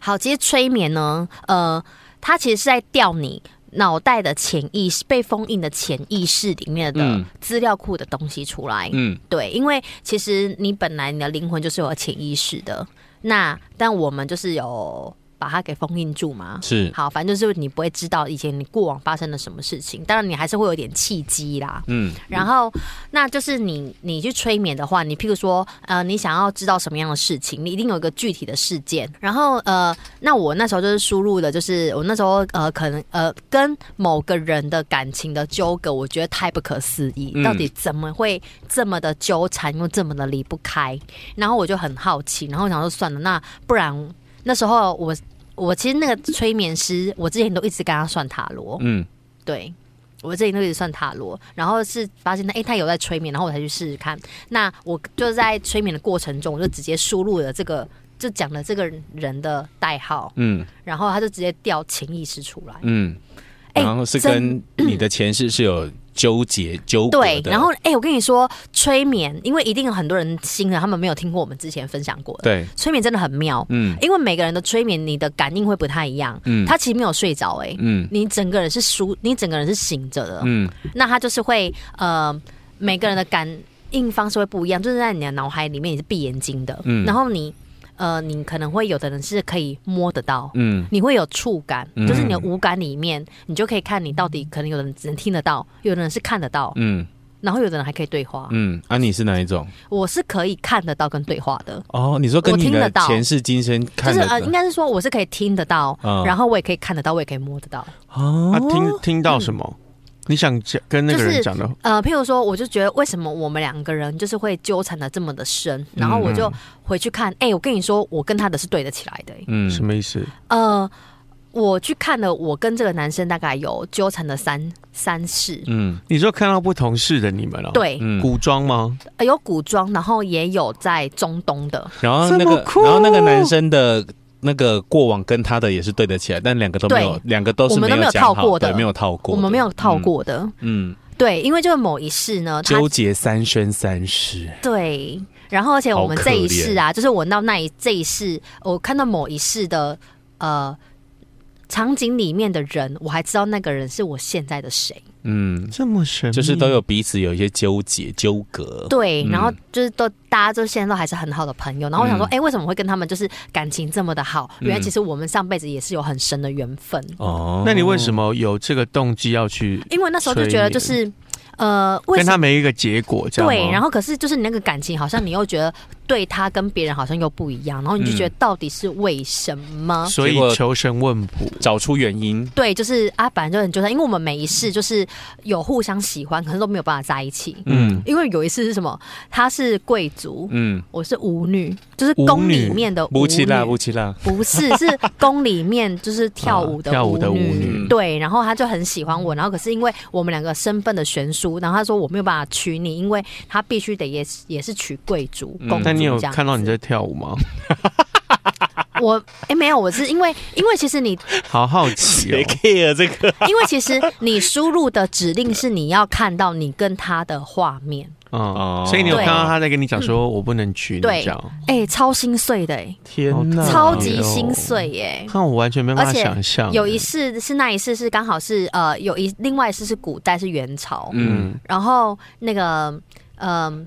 好，其实催眠呢，呃，它其实是在调你脑袋的潜意识被封印的潜意识里面的
嗯
资料库的东西出来。
嗯
对，因为其实你本来你的灵魂就是有潜意识的，那但我们就是有把它给封印住嘛。
是，
好，反正就是你不会知道以前你过往发生了什么事情，当然你还是会有点契机啦。
嗯
然后，那就是你你去催眠的话，你譬如说，呃，你想要知道什么样的事情，你一定有一个具体的事件。然后，呃，那我那时候就是输入的，就是我那时候呃，可能呃，跟某个人的感情的纠葛，我觉得太不可思议，
嗯
到底怎么会这么的纠缠，又这么的离不开？然后我就很好奇，然后我想说算了，那不然那时候我我其实那个催眠师，我之前都一直跟他算塔罗，
嗯，
对我这里都一直算塔罗，然后是发现他，诶，他有在催眠，然后我才去试试看。那我就在催眠的过程中，我就直接输入了这个，就讲了这个人的代号，
嗯
然后他就直接调潜意识出来。
嗯，
哎
然后是跟
<clears throat>
你的前世是有纠结纠葛
对
的，，
然后诶，我跟你说，催眠，因为一定有很多人新的，他们没有听过我们之前分享过的，
对，
催眠真的很妙，
嗯
因为每个人的催眠，你的感应会不太一样。
嗯
他其实没有睡着，诶，
嗯
你整个人是舒，你整个人是醒着的，
嗯
那他就是会呃，每个人的感应方式会不一样，就是在你的脑海里面你是闭眼睛的，
嗯
然后你呃，你可能会有的人是可以摸得到。
嗯
你会有触感，
嗯
就是你的五感里面，你就可以看你到底可能有人只能听得到，有的人是看得到，
嗯
然后有的人还可以对话。
嗯，啊，你是哪一种？
我是可以看得到跟对话的，
哦，你说跟
我
你
听
的
得到
前世今生
就
看
是
的
呃，应该是说我是可以听得到，
嗯
然后我也可以看得到，我也可以摸得到。
哦
啊，听听到什么？你想讲跟那个
嗯就是
人讲的？
呃，譬如说，我就觉得为什么我们两个人就是会纠缠的这么的深，然后我就回去看，哎、我跟你说，我跟他的是对得起来的、欸
嗯
什么意思？
呃，我去看了，我跟这个男生大概有纠缠了三三世，
嗯
你说看到不同事的你们了、，
对，
嗯，
古装吗？
呃有古装，然后也有在中东的，
然后那
这么
个，
酷
然后那个男生的那个过往跟他的也是对得起来，但两个都没有
对，
两个都是
我们都没有
讲好
套过的
对没有套过
我
的，
们没有套过的，
嗯，嗯，
对，因为就是某一世呢，他
纠结三生三世，
对，然后而且我们
好可
这一
怜
世啊，就是我到那一这一世，我看到某一世的呃。场景里面的人，我还知道那个人是我现在的谁。
嗯，
这么神秘，
就是都有彼此有一些纠结纠葛。
对，
嗯
然后就是都大家就现在都还是很好的朋友。然后我想说，
嗯
哎、为什么会跟他们就是感情这么的好？原来其实我们上辈子也是有很深的缘分。
哦
那你为什么有这个动机要去
因为那时候就觉得就是，呃，为
跟
什
他
么？
没一个结果？这样
对，然
后
后可是就是你那个感情，好像你又觉得对他跟别人好像又不一样，然后你就
嗯
觉得到底是为什么？
所
结
以
果
求神问卜，
找出原因？
对，就是啊，反正就很纠缠，因为我们每一世就是有互相喜欢，可是都没有办法在一起。
嗯
因为有一次是什么？她是贵族，
嗯，
我是舞女，就是
舞
宫里
女
面的舞
不
女
气。啦不气啦，
不是，是宫里面就是跳舞的
啊跳舞的舞
女。
女
对，然后他就很喜欢我，然后可是因为我们两个身份的悬殊，然后他说我没有办法娶你，因为他必须得也是也是娶贵族
嗯
公主
那你有
这样
看到
子
你在跳舞吗？
我哎没有，我是因为因为其实你
好好奇
谁
哦，
care 这个？
因为其实你输入的指令是你要看到你跟他的画面，
嗯
哦，
所以你有
对
看到他在跟你讲说，我不能娶你这样，
哎、超心碎的哎、
天
哪
超级心碎耶、
看我完全没办法
而且
想象，啊
有一世是那一世是刚好是呃有一另外一世是古代是元朝，
嗯
然后那个，嗯、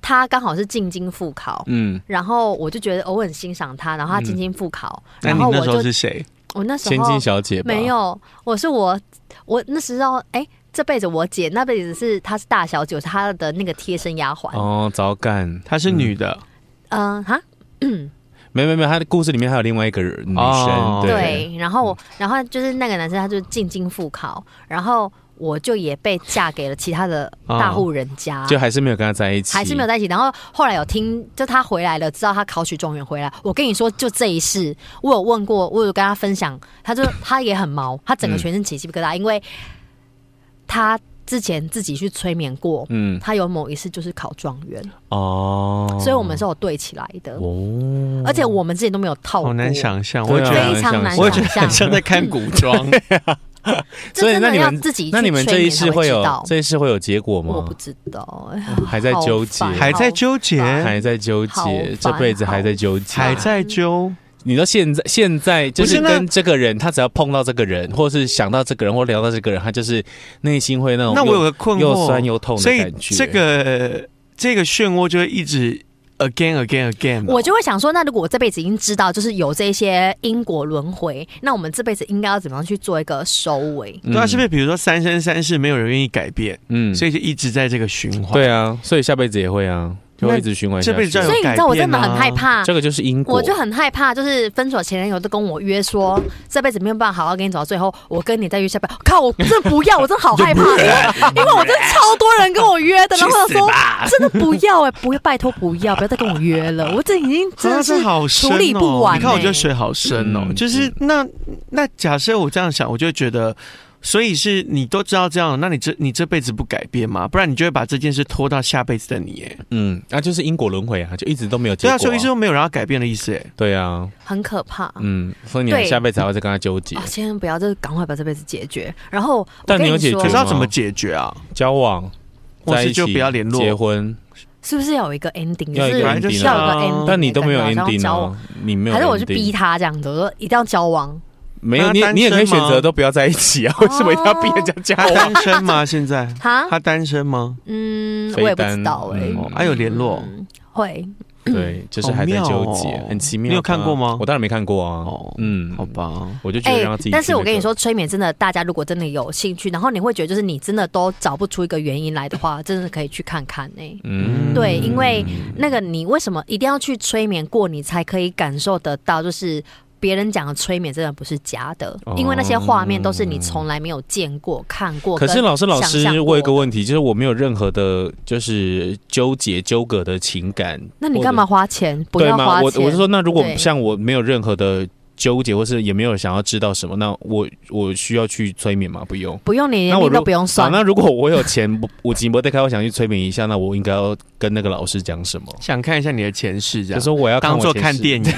他刚好是进京复考，
嗯，
然后我就觉得哦我很欣赏他，然后他进京复考，
嗯那
然
你
后
那
我
时候
就是
谁？
我那时
千金
候
小姐吧
没，有，我是我我那时候哎、这辈子我姐那辈子是她是大小姐，我是她的那个贴身丫鬟，
哦，早干，
她是女的，
嗯哈、
没没没，他的故事里面还有另外一个人女
哦
生，对，嗯
对，然后我然后就是那个男生他就进京复考，然后我就也被嫁给了其他的大户人家，
啊就还是没有跟他在一起，
还是没有在一起。然后后来有听，就他回来了，知道他考取状元回来。我跟你说，就这一世，我有问过，我有跟他分享，他就他也很毛，他
嗯
整个全身起鸡皮疙瘩，因为他之前自己去催眠过，
嗯
他有某一次就是考状元，
哦，
所以我们是有对起来的，
哦，
而且我们之前都没有套过，
好难，想象，我
对啊
觉得
非常难
哦我觉得
想
很
象。
像在看古 <laughs> 装，
这真
所以那
的
你
要
们
自己去
那你们这
催
一
眠才
世
会
会
知
有
道，
这一世会有结果
我不
吗？
知道，
还在纠结
好，烦
还在纠结，
还在纠
好
结
烦，
这辈子还在纠结，
还在纠。
你到现在，现在就
不是
是
那
跟这个人，他只要碰到这个人，或是想到这个人，或聊到这个人，他就是内心会那种
那我有
又
个困惑，
又酸又痛的
所以
感觉。
这个这个漩涡就会一直 again again again 哦。
我就会想说，那如果我这辈子已经知道就是有这一些因果轮回，那我们这辈子应该要怎么样去做一个收尾？
嗯
对啊，是不是？比如说三生三世，没有人愿意改变，
嗯
所以就一直在这个循环。
对啊，所以下辈子也会啊，就会一直循环下
这
去。啊
辈子就要有
所以你知道我真的很
改变啊
害怕。
这个就是因果，
我就很害怕，就是分手前男友都跟我约说，这辈子没有办法好好跟你走到最后，我跟你再约下辈子。靠，我真的不要，我真的好害怕，
<laughs>
因
啊
为因为我真的超多人跟我约的，然后我
去死
想说
吧！
真的不要哎、不要，拜托不要，不要再跟我约了，我这已经真
啊
的
<laughs>
这
是
好深
处理不完
哦。你看，我觉得
欸
水好深哦。
嗯
就是那那假设我这样想，我就会觉得，所以是你都知道这样，那你这你这辈子不改变吗？不然你就会把这件事拖到下辈子的你。哎，
嗯，那、就是因果轮回啊，就一直都没有结
对
果、
啊，所以就没有人要改变的意思。哎，
对啊，
很可怕。
嗯，所以你们
对
下辈子还会再跟他纠结
啊，千万不要，就是赶快把这辈子解决。然后我
但
跟
你有解
说
可
决
是
吗
要怎么解决啊？
交往，
<laughs> 或
在一
是
起
就不要联络
结婚，
是不是要有一个 ending？
要有一
就是要有
个 ending
一
啊
个 ending，
但你都没有
感觉好像
ending
交往
啊，你没有 ending，
还是我去逼他这样子，我说一定要交往。
没有
他
你，
单
你也可以
身
选
吗
择都不要在一起
哦
啊，为什么一定要逼人家
<laughs>
交
他
往？
单身
<laughs>
吗？现在
哈，
他单身吗？
嗯，
非
我也不
单
知道哎、
嗯
哦，还有联络。
嗯会，
对，就是还在纠
好
结
妙哦，
很奇妙吧。
你有看过吗
我当然没看过啊。
哦
嗯，
好，吧。
我就觉得让他自己去那个。
哎但是我跟你说，催眠真的，大家如果真的有兴趣，然后你会觉得就是你真的都找不出一个原因来的话，真的可以去看看哎、
嗯，
对，因为那个你为什么一定要去催眠过，你才可以感受得到，就是别人讲的催眠真的不是假的，
哦
因为那些画面都是你从来没有见过、看过。
可是
跟
老师，老
想象
师，
过
我有一个问题，就是我没有任何的，就是纠结纠葛的情感。
那你
或者
干嘛？花钱？不
对
要
吗？
花
我
钱。
我是说，那如果
对
像我没有任何的纠结，或是也没有想要知道什么，那我我需要去催眠吗？不用。
不用你
那
连
我
命都
如
不用
好，
算。
那如果我有钱， <laughs> 不我紧迫得开，我想去催眠一下，那我应该要跟那个老师讲什么？
想看一下你的前世，这
就
样
说我要
当做
做
看电
<laughs>
影。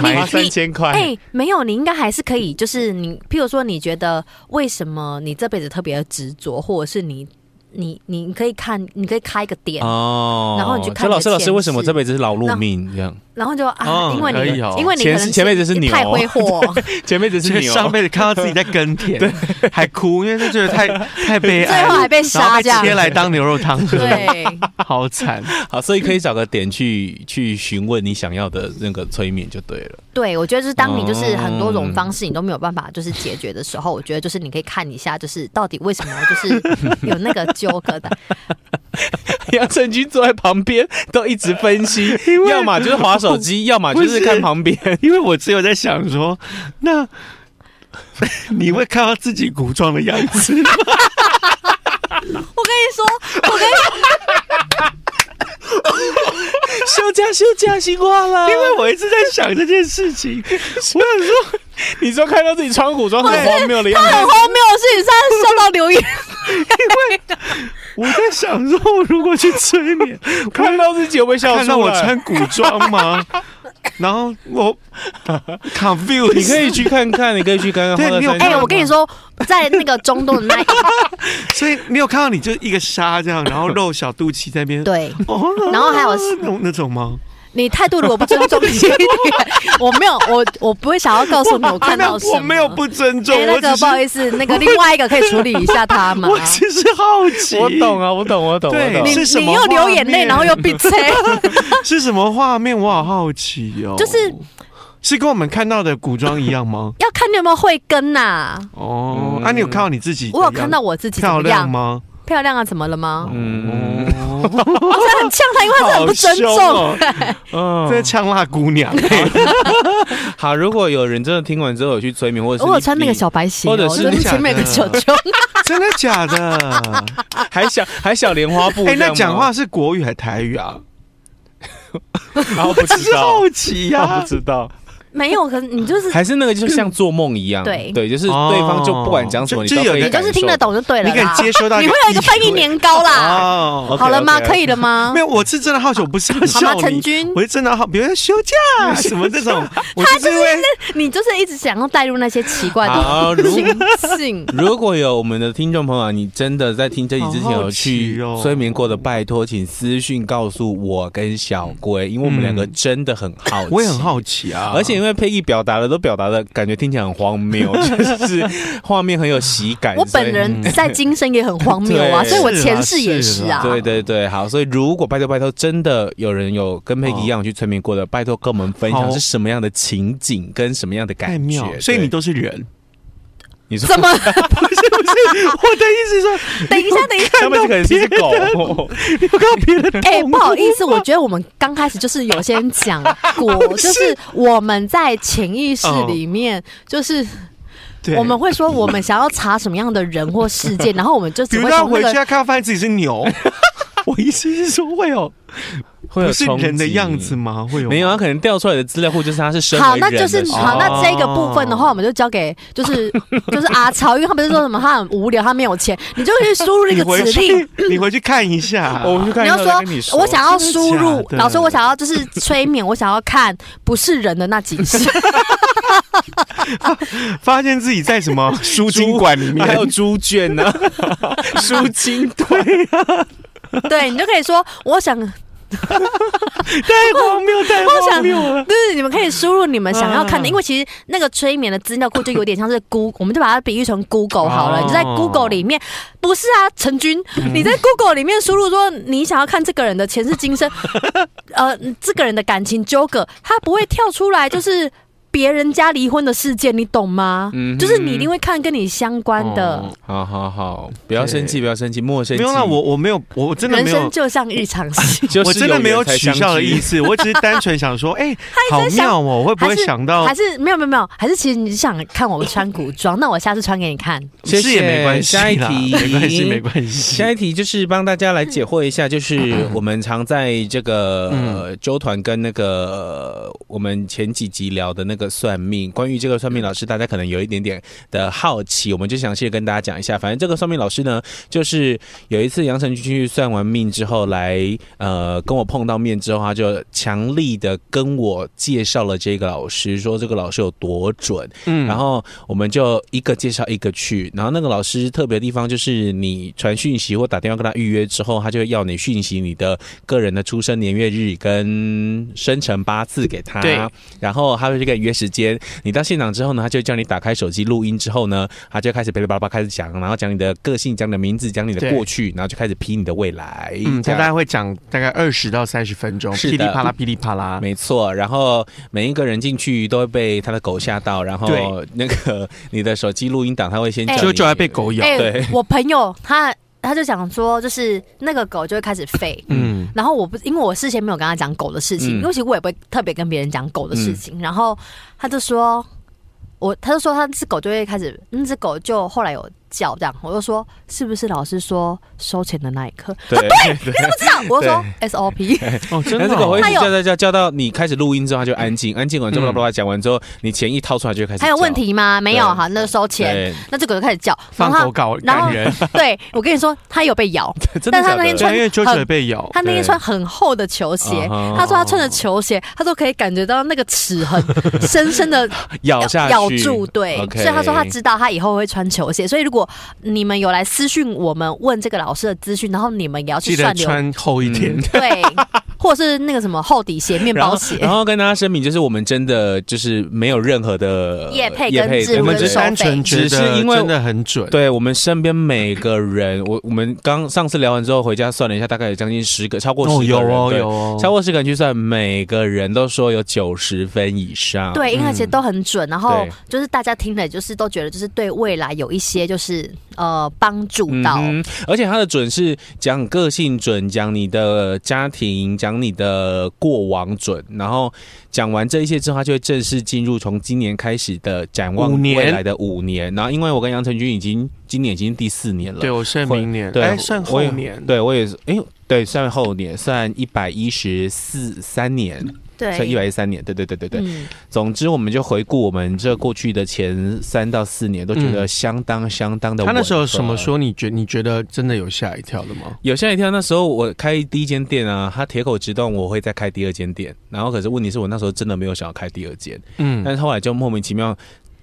买
你
三千块。
哎、没有，你应该还是可以，就是你，譬如说，你觉得为什么你这辈子特别执着，或者是你，你，你你可以看，你可以开一个点，
哦，
然后你去看
就老
你的
师，老师
前
为什么
世
这辈子是劳
那
碌命这样？
然后就啊，
哦
因为
可
你
以哦
因为你可
前
能
前辈子是
你
牛
太挥霍，
<laughs> 前辈子是哦
就
牛，
上辈子看到自己在耕
<laughs>
田，还哭，因为他觉得太太悲哀
最
了，
后还被
然后
杀
被
这样
切。来当牛肉汤喝，
对，
<laughs> 好惨。
好，所以可以找个点去去询问你想要的那个催眠就对了。
对，我觉得就是当你就是很多种
嗯
方式你都没有办法就是解决的时候，我觉得就是你可以看一下，就是到底为什么就是有那个纠葛的。
杨丞琳坐在旁边都一直分析，要么就是划手机，要么就是看旁边。
因为我只有在想说，那 <laughs> 你会看到自己古装的样
<laughs>
子吗？
我跟你说，我跟
休假休假，新瓜了
因为我一直在想这件事情，我想说，
你说看到自己穿古装很荒谬的样
你很
子，
荒谬的事情，虽然收到留言，
我在想说，我如果去催
<laughs>
眠，
看到自己会不会笑出来？
看到我穿古装吗？ <laughs> 然后我 confuse，
你可以去看看，你可以去看看。
对
花在
你有
山
哎、
上
我跟你说，在那个中东的那一
所以你有看到你就一个纱这样，然后露小肚脐在那边，
<laughs> 对，
哦，
然后还有
那种那种吗？
你态度如果不尊重你，我没有，我我不会想要告诉你我
<laughs>
看到什么。
我没有不尊重，我
哎、那
只是
个不好意思，那个另外一个可以处理一下他吗？
<laughs> 我只是好奇，
我懂啊，我懂，我懂，我
对
懂
你。
是什
你
么
又流眼
画
泪，
面
然后又闭嘴，
<laughs> 是什么画面？我好好奇哦。
就是？
是跟我们看到的古装一样吗
要看你有没有慧根呐、
哦，
嗯
啊，你有看到你自己？
我有看到我自己怎
漂
么
亮
样？
吗？
漂亮啊，怎么了吗？
嗯，
哦，
我真的很呛他，因为他真的很不尊重。
好哦 <laughs>
嗯
这是呛辣姑
<laughs>
娘。
好，如果有人真的听完之后有去催眠，或者是
我有
你
穿那个
你
小白鞋、哦，
或者是
就是
你
前面有个
想
球
的
球，
真的假的？
还小还小莲花布
哎，
这样吗，
那讲话是国语还台语啊？
然啊后不
只
知
是
道
好，奇
他
呀
不。知道，
<laughs> 没有，可是你就是
还是那个就像做梦一样，
对
对，就是对方就不管讲什
哦
么，你
就
都可以
就有
你
一个
就是听得懂就对了
你
啦。
可以接收到，
你会有一个翻译。年糕
<laughs>
啦。
哦，
OK，
好了吗？
OK，
可以了吗
没？有，我是真的好奇，我不是要
好吗
笑
陈
你
君，
我是真的好，比如说
<laughs>
休假什么这种，我就是因为
<laughs> 你就是一直想要带入那些奇怪
好嗯
的 <laughs>
如
情境。
如果有我们的听众朋友啊，你真的在听这集之前有去
好好奇哦
催眠过的，拜托请私讯告诉我跟小龟，因为我们两个真的很好奇，
嗯我也很好奇啊，
而且因为佩仪表达的都表达的感觉听起来很
<laughs>
荒谬，就是画面很有喜感。
我本
所以
人在今生也很荒谬啊，
对
所以我前世
是
也是
啦
啊。
嗯对对对，好，所以如果拜托拜托，真的有人有跟佩奇一样去催眠过的，拜托跟我们分享
好
是什么样的情景跟什么样的
太
感
妙
觉。，
所以
对
你都是人， <laughs>
你说
怎么？ <laughs>
不是不是，我的意思是说，
等一下，等一下，
他们可能是只
<laughs>
狗，
你有看到别
<laughs>
的
哎、
动物
不好意思，我觉得我们刚开始就是有先讲过，就是我们在潜意识里面，就是
对
我们会说我们想要查什么样的人或事件，然后我们就
比 <laughs>
只
如
会
说他
从
回
那
去，
个。
他看到发现自己是
<laughs>
牛，我意思是说会有不
会有
是
冲
人的
击
样子。吗？会有
没有，他可啊能调出来的资料库就是他是生
好，那就是
时候
好，
哦
那这个部分的话，我们就交给就是就是阿超，因为他不是说什么他很无聊，他没有钱，你就去输入那
你
个
回
指令，
去你回去看一下，
<laughs> 我们去看
你
一下
要
再跟你
说，我想要输入
真的，假的
老师，我想要就是 <laughs> 催眠，我想要看不是人的那几
<laughs>
集，
发现自己在什
<laughs>
么输精管里面
还，有猪圈 <laughs> 呢，
输精 <laughs> 对，
对你就可以说，我想，就
太荒谬，太
我
荒
想
谬了。
是你们可以输入你们想要看的，
嗯
因为其实那个催眠的资料库就有点像是 Google，我们就把它比喻成 Google 好了，
哦
你就在 Google 里面，不是啊，陈
<laughs>
军，你在 Google 里面输入说你想要看这个人的前世
<laughs>
今生，呃，这个人的感情纠葛，他不会跳出来就是。别人家离婚的事件，你懂吗？
嗯哼
就是你一定会看跟你相关的。
哦
好好好，不要生气，
对
不要生气，莫生
没
气。，
有啦，我我没有，我真的
人
没
生
有，哎
就像一场戏
就是
我真的没有取笑的意
思。
思，我只是单纯想
<laughs>
说，哎，好
在想
妙哦，会不
还
会
是
想到
还是没有没有没有，还是其实你想看我们穿古装，那我下次穿给你看。
谢
是也
谢
没关系啦，
下一题
没关系，没关系。
下一题就是帮大家来解惑一下，就是我们常在这个
嗯
呃周团跟那个呃我们前几集聊的那个算命。关于这个算命老师，大家可能有一点点的好奇，我们就详细的跟大家讲一下。反正这个算命老师呢，就是有一次杨晨去算完命之后来，呃，跟我碰到面之后，他就强力的跟我介绍了这个老师，说这个老师有多准。
嗯
然后我们就一个介绍一个去。然后那个老师特别的地方就是，你传讯息或打电话跟他预约之后，他就会要你讯息你的个人的出生年月日跟生辰八字给他。
对
然后他会去跟你约时间。你到现场之后呢，他就叫你打开手机录音之后呢，他就开始噼里啪啦啪啦开始讲，然后讲你的个性，讲你的名字，讲你的
对
过去，然后就开始批你的未来。
嗯，他
这样
大概会讲大概二十到三十分钟，
是
噼
的
里啪啦，噼里啪啦。
没错，然后每一个人进去都会被他的狗吓到，然后
对
那个 <laughs> 你的手机录音档他会先叫
哎
你，
就就要被狗咬。
哎、
对
我朋友他他就想说，就是那个狗就会开始吠。
嗯，
然后我不是因为我事先没有跟他讲狗的事情，
嗯
因为其实我也不会特别跟别人讲狗的事
嗯
情。然后他就说，我他就说他那只狗就会开始，那只狗就后来有叫这样，我就说是不是老师说收钱的那一刻？
对对，
这样我就说 SOP，
哦，真
但
的
是狗
哦
会一直
还有
叫叫叫叫到你开始录音之后，它就安
哎
静，安静完之后叭叭叭讲完之后，你钱一掏出来就开始叫。
还有嗯问题吗？没有
对
好，那就收钱。
对？
那这狗就开始叫，然
放
后它
狗搞
然后
感人，
<laughs> 对我跟你说，它有被咬，
<laughs> 真的
但是
假
它那天
的
对，
穿
因为啾啾
很
也被咬。
他那天
对
穿很厚的球鞋
啊，哈
他说他穿着球鞋，他都可以感觉到那个齿痕深深
<laughs>
的
咬下去
咬住，对
OK
所以他说他知道他以后会穿球鞋。所以如果你们有来私讯我们问这个老师的资讯，然后你们也要去
记得
算流
穿厚一
嗯
点，
对，或者是那个什么厚底鞋、面
然
包
后，
鞋
然，后跟大家声明，就是我们真的就是没有任何的
业配
业
跟
配
植
的
入
我
我
们
们
只是
跟
只
收
单纯
费
觉
只是
得
因为
真的很准。
对我们身边每个人，我我们刚上次聊完之后回家算了一下，大概有将近十个，超过
哦，
十
有
个人，
哦
对
有哦，
超过十个人去算，每个人都说有九十分以上。
对，因为
嗯
其实都很准，然后
对
就是大家听了，就是都觉得就是对未来有一些就是呃帮助到，
嗯哼，而且它的准是讲个性准，讲你的家庭，讲你的过往准，然后讲完这一些之后，它就会正式进入从今年开始的展望
五年
未来的五年。然后，因为我跟杨成军已经今年已经第四年了，
对我剩
会
明年，
对
哎，剩后
我也
年，
对我也是，哎呦，对，算后年，算一百一十四三年，
对，
算一百一三年，对对对对对。
嗯
总之，我们就回顾我们这过去的前三到四年，都觉得
嗯
相当相当的、
他那时候什么？说你觉你觉得真的有吓一跳的吗？
有吓一跳，那时候我开第一间店啊，他铁口直断我会再开第二间店，然后可是问题是我那时候真的没有想要开第二间，但
嗯，
是后来就莫名其妙，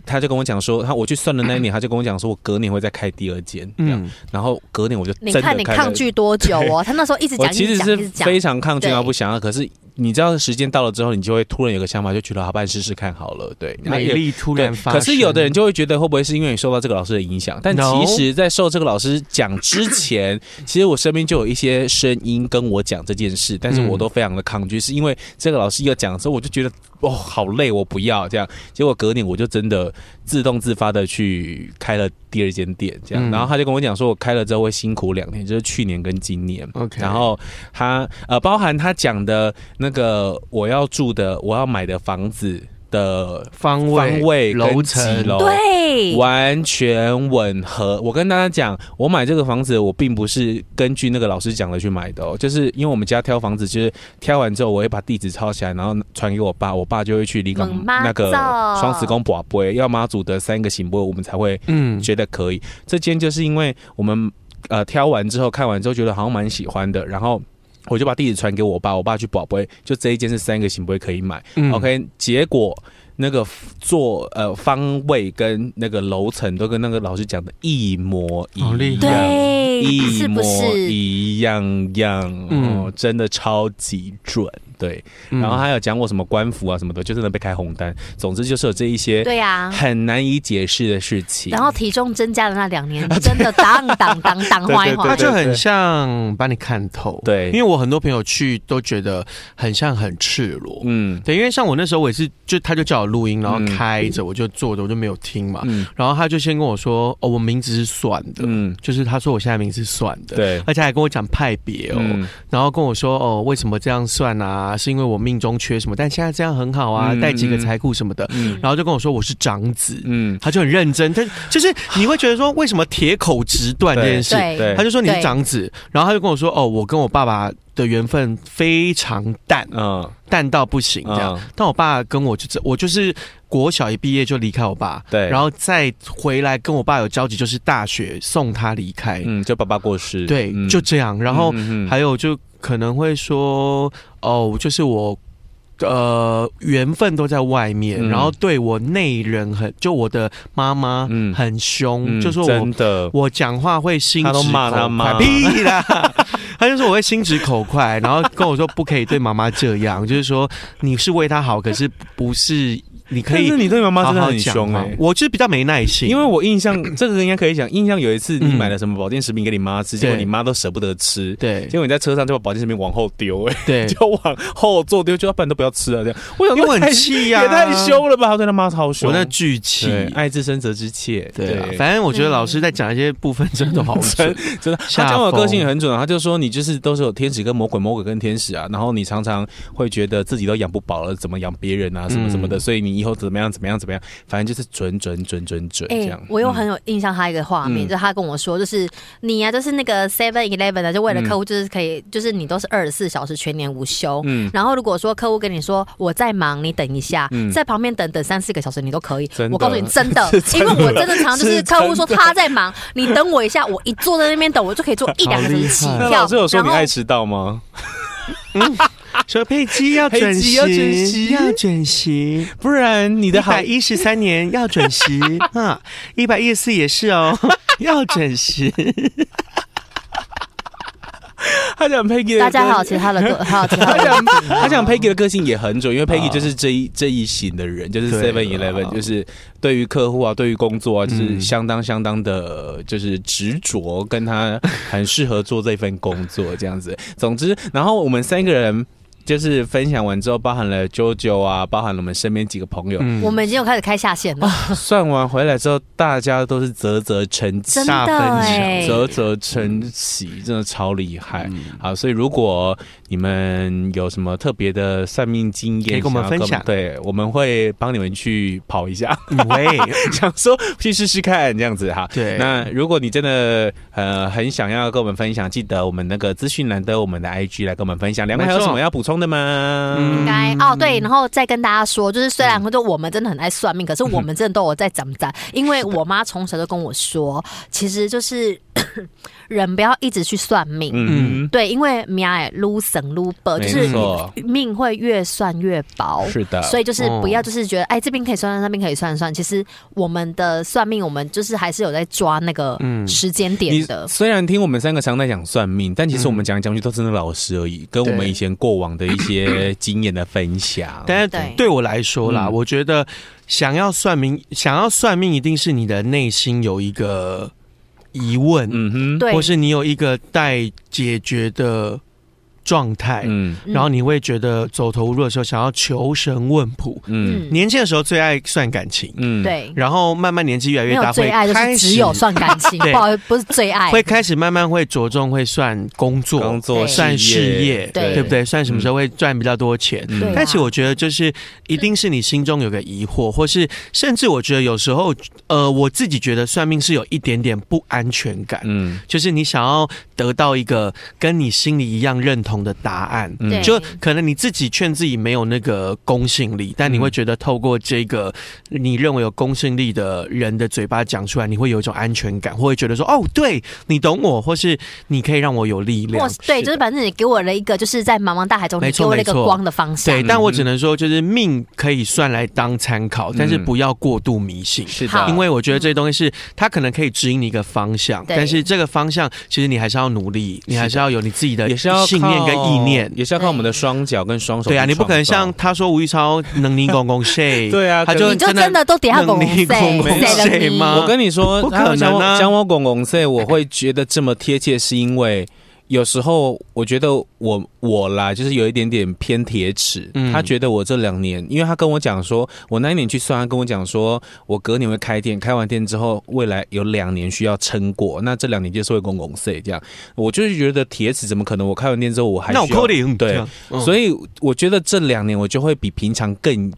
他就跟我讲说，他我去算了那一年，他就跟我讲说我隔年会再开第二间，嗯，
嗯，
然后隔年我就真
你
的
看你
开了
抗拒多久哦？他那时候一直
我
讲，
其
一
实
直讲，
是
一直讲。
非常抗拒
对
然后不想要，可是你知道时间到了之后，你就会突然有个想法，就觉得好办试试看好了，对，然后
美
也
丽突然
对
发生，
可是有的人就会觉得会不会是因为你受到这个老师的影响？但
No
其实，在受这个老师讲
<laughs>
之前，其实我身边就有一些声音跟我讲这件事，但是
嗯
我都非常的抗拒，是因为这个老师要讲之后，我就觉得哦好累，我不要这样。结果隔年我就真的自动自发的去开了第二间店，这样。
嗯
然后他就跟我讲说，我开了之后会辛苦两天，就是去年跟今年。
OK，
然后他呃，包含他讲的那个我要住的、我要买的房子的
方位
方位跟
楼
几
层
楼
对，
完全吻合。我跟大家讲，我买这个房子，我并不是根据那个老师讲的去买的哦，就是因为我们家挑房子，就是挑完之后，我会把地址抄起来，然后传给我爸，我爸就会去离港
问妈祖
那个双子宫卜卜，啊要妈祖的三个行卜，我们才会
嗯，
觉得可以。这间就是因为我们呃挑完之后看完之后觉得好像蛮喜欢的，然后。我就把地址传给我爸，我爸去宝贝，就这一间是三个行不会可以买、
嗯
o k 结果那个做呃方位跟那个楼层都跟那个老师讲的一模一
好哦厉
样，
害
对，
一
是不
模
是？
一样样，
嗯
哦，真的超级准，对。
嗯
然后还有讲我什么官服啊什么的，就真的被开红单。总之就是有这一些
对呀、
很难以解释的事情。
然后体重增加的那两
<laughs>
年，真的当当当当
对
晃一
对
他
晃
对，
就很像把你看透，
对
因为我很多朋友去都觉得很像很赤裸，
嗯
对，因为像我那时候我也是，就他就叫我录音，然后
嗯
开着我就坐着，我就没有听嘛，
嗯
然后他就先跟我说，哦，我名字是算的，
嗯，
就是他说我现在名字是算的，
对，
而且还跟我讲派别哦，
嗯
然后跟我说哦，为什么这样算啊？是因为我命中缺什么？但现在这样很好啊，
嗯
带几个财库什么的。
嗯
然后就跟我说我是长子，
嗯，
他就很认真，但就是你会觉得说为什么铁口直断这件事？
对
对
他就说你是
对
长子，然后他就跟我说哦，我跟我爸爸的缘分非常淡，
嗯
淡到不行这样。
嗯
但我爸跟我就这，我就是国小一毕业就离开我爸，
对，
然后再回来跟我爸有交集，就是大学送他离开，
嗯，就爸爸过世，
对，
嗯
就这样。然后
嗯嗯嗯
还有就可能会说，哦，就是我。呃，缘分都在外面，
嗯
然后对我内人很，就我的妈妈
嗯
很凶，
嗯
就说我
真的，
我讲话会心直
他
口
都骂他妈
快，屁啦！ <laughs> 他就说我会心直口快，然后跟我说不可以对妈妈这样，就是说你是为她好，可是不是你可
但
以
是你对妈妈
好
真的
好
很
讲
凶
嘛
哎、欸。
我就是比较没耐心，
因为我印象 <coughs> 这个应该可以讲，印象有一次你
嗯
买了什么保健食品给你妈吃，结果
对
你妈都舍不得吃，
对
结果你在车上就把保健食品往后丢、哎，
对，
就往后座丢，就要不然都不要吃了啊这样。我想
因为
说
我
<laughs> 太
很气呀、
也太，凶啊了吧！他对他妈超凶，
我那巨气。
对哎爱之深责之切，
对啊，反正我觉得老师在讲一些部分真的好准，
<laughs> 真的，
下
他讲我的
风
个性也很准啊，他就说你就是都是有天使跟魔鬼，魔鬼跟天使啊，然后你常常会觉得自己都养不饱了，怎么养别人啊，什么什么的，
嗯
所以你以后怎么样怎么样怎么样，反正就是准准准准准这
哎、
样。
我又很有印象他一个画面，
嗯
就他跟我说，就是你呀、就是那个 Seven Eleven 的，就为了
嗯
客户，就是可以，就是你都是二十四小时全年无休。
嗯，
然后如果说客户跟你说我在忙，你等一下，
嗯
在旁边等等三四个小时你都可以
真。的
我告诉你真的
是，真
因
的
为我真的常就是
是
客户说
真的
他在忙，你等我一下，我一坐在那边等，我就可以坐一两个小时起
好厉害
那
跳。
老师有说你
然后
爱迟到吗？
说佩姬要
佩
准
姬
时，
要准时
要准时，
不然你
一
的好
百一十三年要准时， <laughs> 啊，一百一十四也是哦， <laughs> 要准时。
<laughs> 他讲 Peggy 的
大家好，
个
其他的歌，还有其他
他
的歌。
讲他讲 Peggy 的个性也很准，因为 Peggy 就是这一这一型的人，就是
对
Seven
啊
Eleven，就是对于客户啊，对于工作啊，就是
嗯
相当相当的，就是执着，跟他很适合做这份工作这样子。总之，然后我们三个人。就是分享完之后，包含了 JoJo 啊，包含了我们身边几个朋友。
嗯
我们已经有开始开下线了，
算完回来之后，大家都是啧啧称奇
真，的
下分享
哎、
啧啧称奇，真的超厉害。
嗯
好，所以如果你们有什么特别的算命经验，
可以跟我们
想要
分享
对，我们会帮你们去跑一下， <laughs>
<laughs>
喂，
想说去试试看这样子哈。
对
那如果你真的呃很想要跟我们分享，记得我们那个资讯栏都有我们的 IG 来跟我们分享。两位还有
没
什
错
么要补充的吗？
嗯
应该哦，对，然后再跟大家说，就是虽然就我们真的很爱算命，可是我们真的都有在长
<laughs>
长，因为我妈从小就跟我说，其实就是 <coughs> 人不要一直去算命，
嗯，
对，因为命哎撸神撸本，就
没
是
错，
命会越算越薄。
是的，
所以就是
哦
不要，就是觉得哎，这边可以算算，那边可以算算。其实我们的算命，我们就是还是有在抓那个
嗯
时间点
你
的。
虽然听我们三个常在讲算命，但其实我们讲来讲去都真的老师而已，跟我们
对
以前过往的一些经验的分享。
但是
对
对我来说啦，
嗯
我觉得想要算命，想要算命，一定是你的内心有一个疑问，
嗯哼，
对，
或是你有一个待解决的状态，
嗯
嗯
然后你会觉得走投无路的时候，想要求神问卜。
嗯
年轻的时候最爱算感情，
嗯，
对，
然后慢慢年纪越来
没
越
有
大，
最
会
爱，就
开
是
始
只有算感情，
<laughs> 对
不好意思，不是最爱。
会开始慢慢会着重会算工作，
工作
对
算事业，
对
对不？对？算什么时候会赚比较多钱？
嗯
对啊
但是我觉得，就是一定是你心中有个疑惑，或是甚至我觉得有时候，呃，我自己觉得算命是有一点点不安全感，
嗯
就是你想要得到一个跟你心里一样认同的答案，
嗯
对
就可能你自己劝自己没有那个公信力，但你会觉得透过这个你认为有公信力的人的嘴巴讲出来，你会有一种安全感，或会觉得说，哦，对你懂我，或是你可以让我有力量
我。对，
的
就是反正你给我了一个，就是在茫茫大海中，
没
你
错
给我了一个
没错
光的
嗯
方向
对，。但我只能说，就是命可以算来当参考，
嗯
但是不要过度迷信。
是的，
好
因为我觉得这东西是它可能可以指引你一个方向，
对
但是这个方向其实你还是要努力，你还是要有你自己的
也是要
信念跟意念
靠。也是要靠我们的双脚跟双手去
对
创造。
啊，你不可能像他说吴玉超能你公公谁，
对啊
他
可能
就
你就真
真的
的都底下拱
能力
谁
拱
拱
谁
谁
的你
吗
我跟你说，
啊不可能啊
讲我拱拱碎，我会觉得这么贴切，是因为有时候我觉得我我啦，就是有一点点偏铁齿。
嗯
他觉得我这两年，因为他跟我讲说，我那一年去算，他跟我讲说，我隔年会开店，开完店之后，未来有两年需要撑过，那这两年就是会拱拱碎这样。我就是觉得铁齿怎么可能？我开完店之后，我还
<laughs> 那我
需要
扣啊零
对，所以我觉得这两年我就会比平常更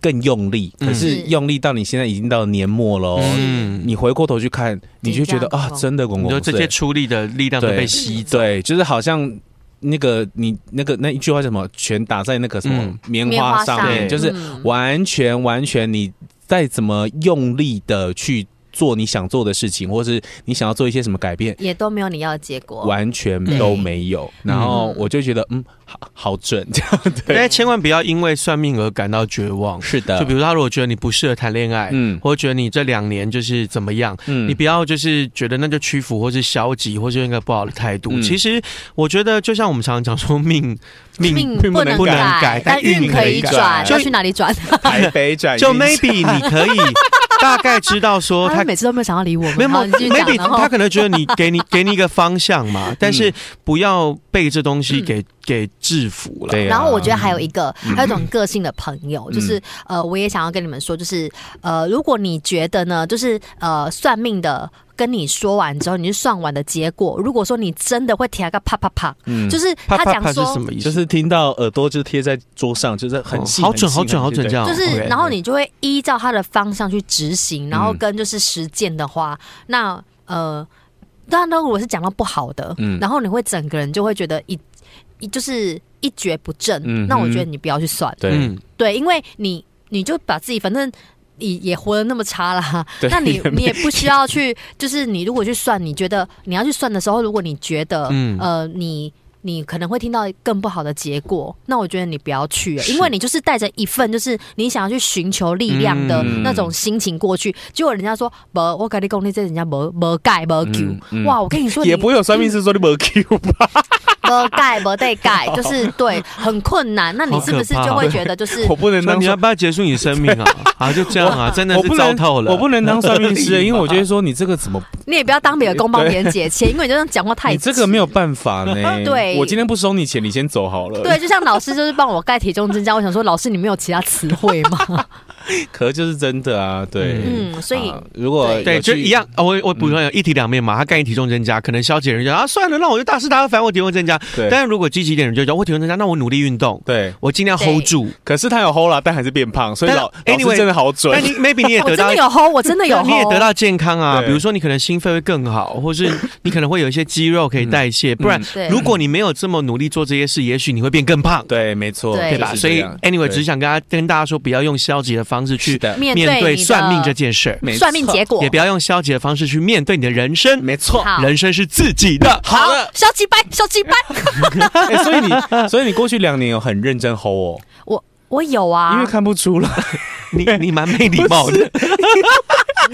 更用力，
嗯
可是用力到你现在已经到年末了哦、
嗯，
你回过头去看，你就觉得
紧张
啊，真的公
你说
公
这些出力的力量都
对
被吸走，
对，就是好像那个你那个那一句话叫什么？拳打在那个什么
嗯
棉
棉
花
花
上
上
面，就是
嗯
完全完全你再怎么用力的去做你想做的事情，或是你想要做一些什么改变，
也都没有你要的结果。
完全都没有。
嗯
然后我就觉得，嗯，好好
<laughs>
准，这样
大
对，
家千万不要因为算命而感到绝望。
是 <laughs> 的
就比如他如果觉得你不适合谈恋爱，
嗯
或者觉得你这两年就是怎么样，
<laughs> 嗯
你不要就是觉得那就屈服，或是消极，或是用一个不好的态度。
嗯
其实我觉得，就像我们常常讲说命，命
命
并不
能
能
改
改，
但
但运
运可
可
以
以
转，
转
要
就
去哪里转？
台北转
就
运
maybe
<laughs>
你可以大概知道说他
他们每次都没有想要理我们。
没有
好你继续讲哦
，maybe
然后
他可能觉得你给你给你一个方向嘛，但是不要被这东西给给制服了。
对啊
然后我觉得还有一个，
嗯
还有一种个性的朋友，就是呃，我也想要跟你们说，就是呃，如果你觉得呢，就是呃，算命的跟你说完之后，你去算完的结果，如果说你真的会提个啪啪啪，
<laughs> 嗯
就是
啪
他
啪
讲
啪是
说
什，么意思？
就是听到耳朵就贴在桌上，就是很细，
哦好
很细
准，好准，好准，这。样。
哦
就是
OK
然后你就会依照他的方向去执行，然后
嗯
跟就是实践的话，那呃，当然如果是讲到不好的，
嗯
然后你会整个人就会觉得一一就是一蹶不振，
嗯哼
那我觉得你不要去算。
对对，
嗯，
对，因为你你就把自己反正。也也活得那么差啦，
<laughs> 对
那 <laughs> 你
也没
你也不需要去，就是你如果去算，你觉得你要去算的时候，如果你觉得，
嗯
呃，你你可能会听到更不好的结果，那我觉得你不要去了，因为你就是带着一份就是你想要去寻求力量的
嗯
那种心情过去，结果人家说不，我跟你讲，你这人家没没盖没救，
嗯嗯
哇，我跟你说，
也
你
不会有算命师说你没 <laughs> Q 吧？
没盖没得盖，就是对，很困难，那你
好
是不
可
是
怕
就会觉得就是
我不能
那
当
你要不要结束你生命啊？啊，就这样啊，真的是糟透了。
我不能当算
<laughs>
命师，因为我觉得说你这个怎么，
你也不要当别人公帮别人解签，因为你这样讲话太
你这个没有办法呢。
对
我今天不收你钱，你先走好了。
对，，就像老师就是帮我盖体重增加，我想说老师你没有其他词汇吗？
<laughs> 可是就是真的啊，对，
嗯，所以
啊如果
对
对，
有
就
去嗯
一样。哦、我我补充一下，一体两面嘛。他干你体重增加，可能消极的人就啊算了，那我就大吃大喝，反正我体重增加。
对
但是如果积极一点的人就讲，我体重增加，那我努力运动，
对，
我尽量
对
hold 住。
可是他有 hold 啦，但还是变胖，所以
但
老老师
anyway，
真的好
那
准 <laughs>
你。maybe 你也
我
得
真
到
的有吼，我真的有吼，
你也得到健康啊，
对
比如说你可能心肺会更好，或是你可能会有一些肌肉可以代谢，不然
嗯
对
如果你没有这么努力做这些事，也许你会变更胖，
对，没错，
对
对吧？
就是
所
这
以
样
anyway，
对
只是想跟大家跟大家说，不要用消极的方式
是
去
的，
面
面对
你的
算命这件事儿，
没
算命
错
结果
也不要用消极的方式去面对你的人生，
没错。
好
人生是自己的。
好了，
小鸡掰，小鸡掰，
<laughs> 哎所以你，所以你过去两年有很认真 hold 哦，
<laughs> 我有
因为
啊，
看不出来。 <laughs>
你你蛮没礼貌
不
的，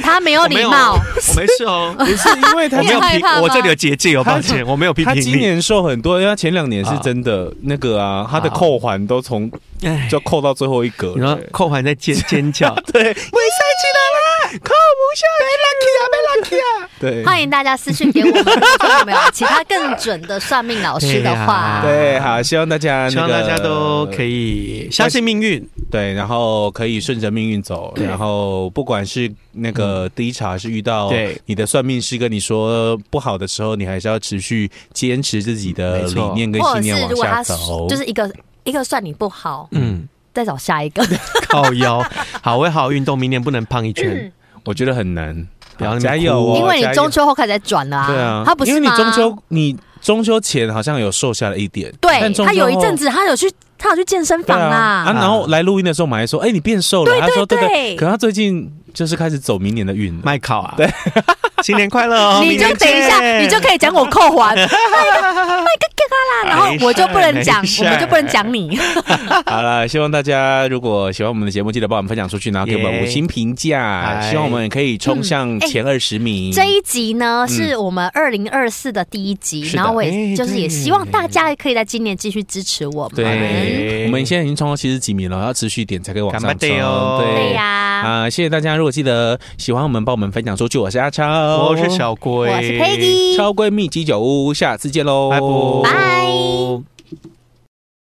他没有
我
礼
没有
貌，
我没事
<laughs>
哦，
<laughs> 不是因为他
我没有
你害
批
怕吗，
我这里有结界哦，抱歉，我没有批
他
评
今
你。
年瘦很多，因为他前两年
啊
是真的那个啊，他的扣环都从
哎，
就扣到最后一格
你说
了。
扣环在
<laughs>
尖尖叫，
对，尾塞起来了，扣不下啊
<laughs>
来，没 lucky 啊，没 lucky 啊。
欢迎大家私信给我们，有没有其他更准的算命老师的话？
对啊
对，好，希望大家、那个
希望大家都可以相信命运。
对，然后可以顺着命运走，
对嗯
然后不管是那个第一场还是遇到
对
你的算命师跟你说不好的时候，你还是要持续坚持自己的
没
理
错
念跟
或
信
者
念
是
往
如果他
下走，
就是一个一个算你不好，
嗯，
再找下
<laughs>
一个，
靠腰，好，我会好好运动，明年不能胖一
嗯
圈。
我觉得很难
不要那，么
加油
哭
哦！
我
因为
加
你
油
中秋后开始在转了啊，
对啊，
他不是
因为你
吗
中秋你中秋前好像有瘦下了一点，
对
但中
他
秋
有一阵
后
子他有去他有去健身
对
房
啊啊，
啦，
然后来录音的时候我们还说，哎，你变瘦
对
了，他说
对
对
对
对，可他最近就是开始走明年的运
<laughs>
了，
麦考啊，对， <laughs> 新年快乐
啊
哦！
你
明
就
年
等一下，
见
你就可以讲我扣环，麦克麦克啦，然后我就不能
<laughs>
讲
没，事
我们就不
哎
能讲你。
好了，希望大家如果喜欢我们的节目，记得帮我们分享出去，然后给我们
耶
五星评价。
嗨
希望我们也可以冲向前二十名。
哎嗯这一集呢是我们二零二四的第一集，
嗯是的
然后我也
哎
就是
对
也希望大家可以在今年继续支持我们。
对，我们现在已经冲到七十几名了，要持续一点才可以往上冲。
干巴爹哦
对
对
呀，
啊，谢谢大家！如果记得喜欢我们，帮我们分享出去。我是阿超，
我是小龟，
我是 Peggy，
超闺蜜鸡酒屋，下次见喽，
拜拜，
拜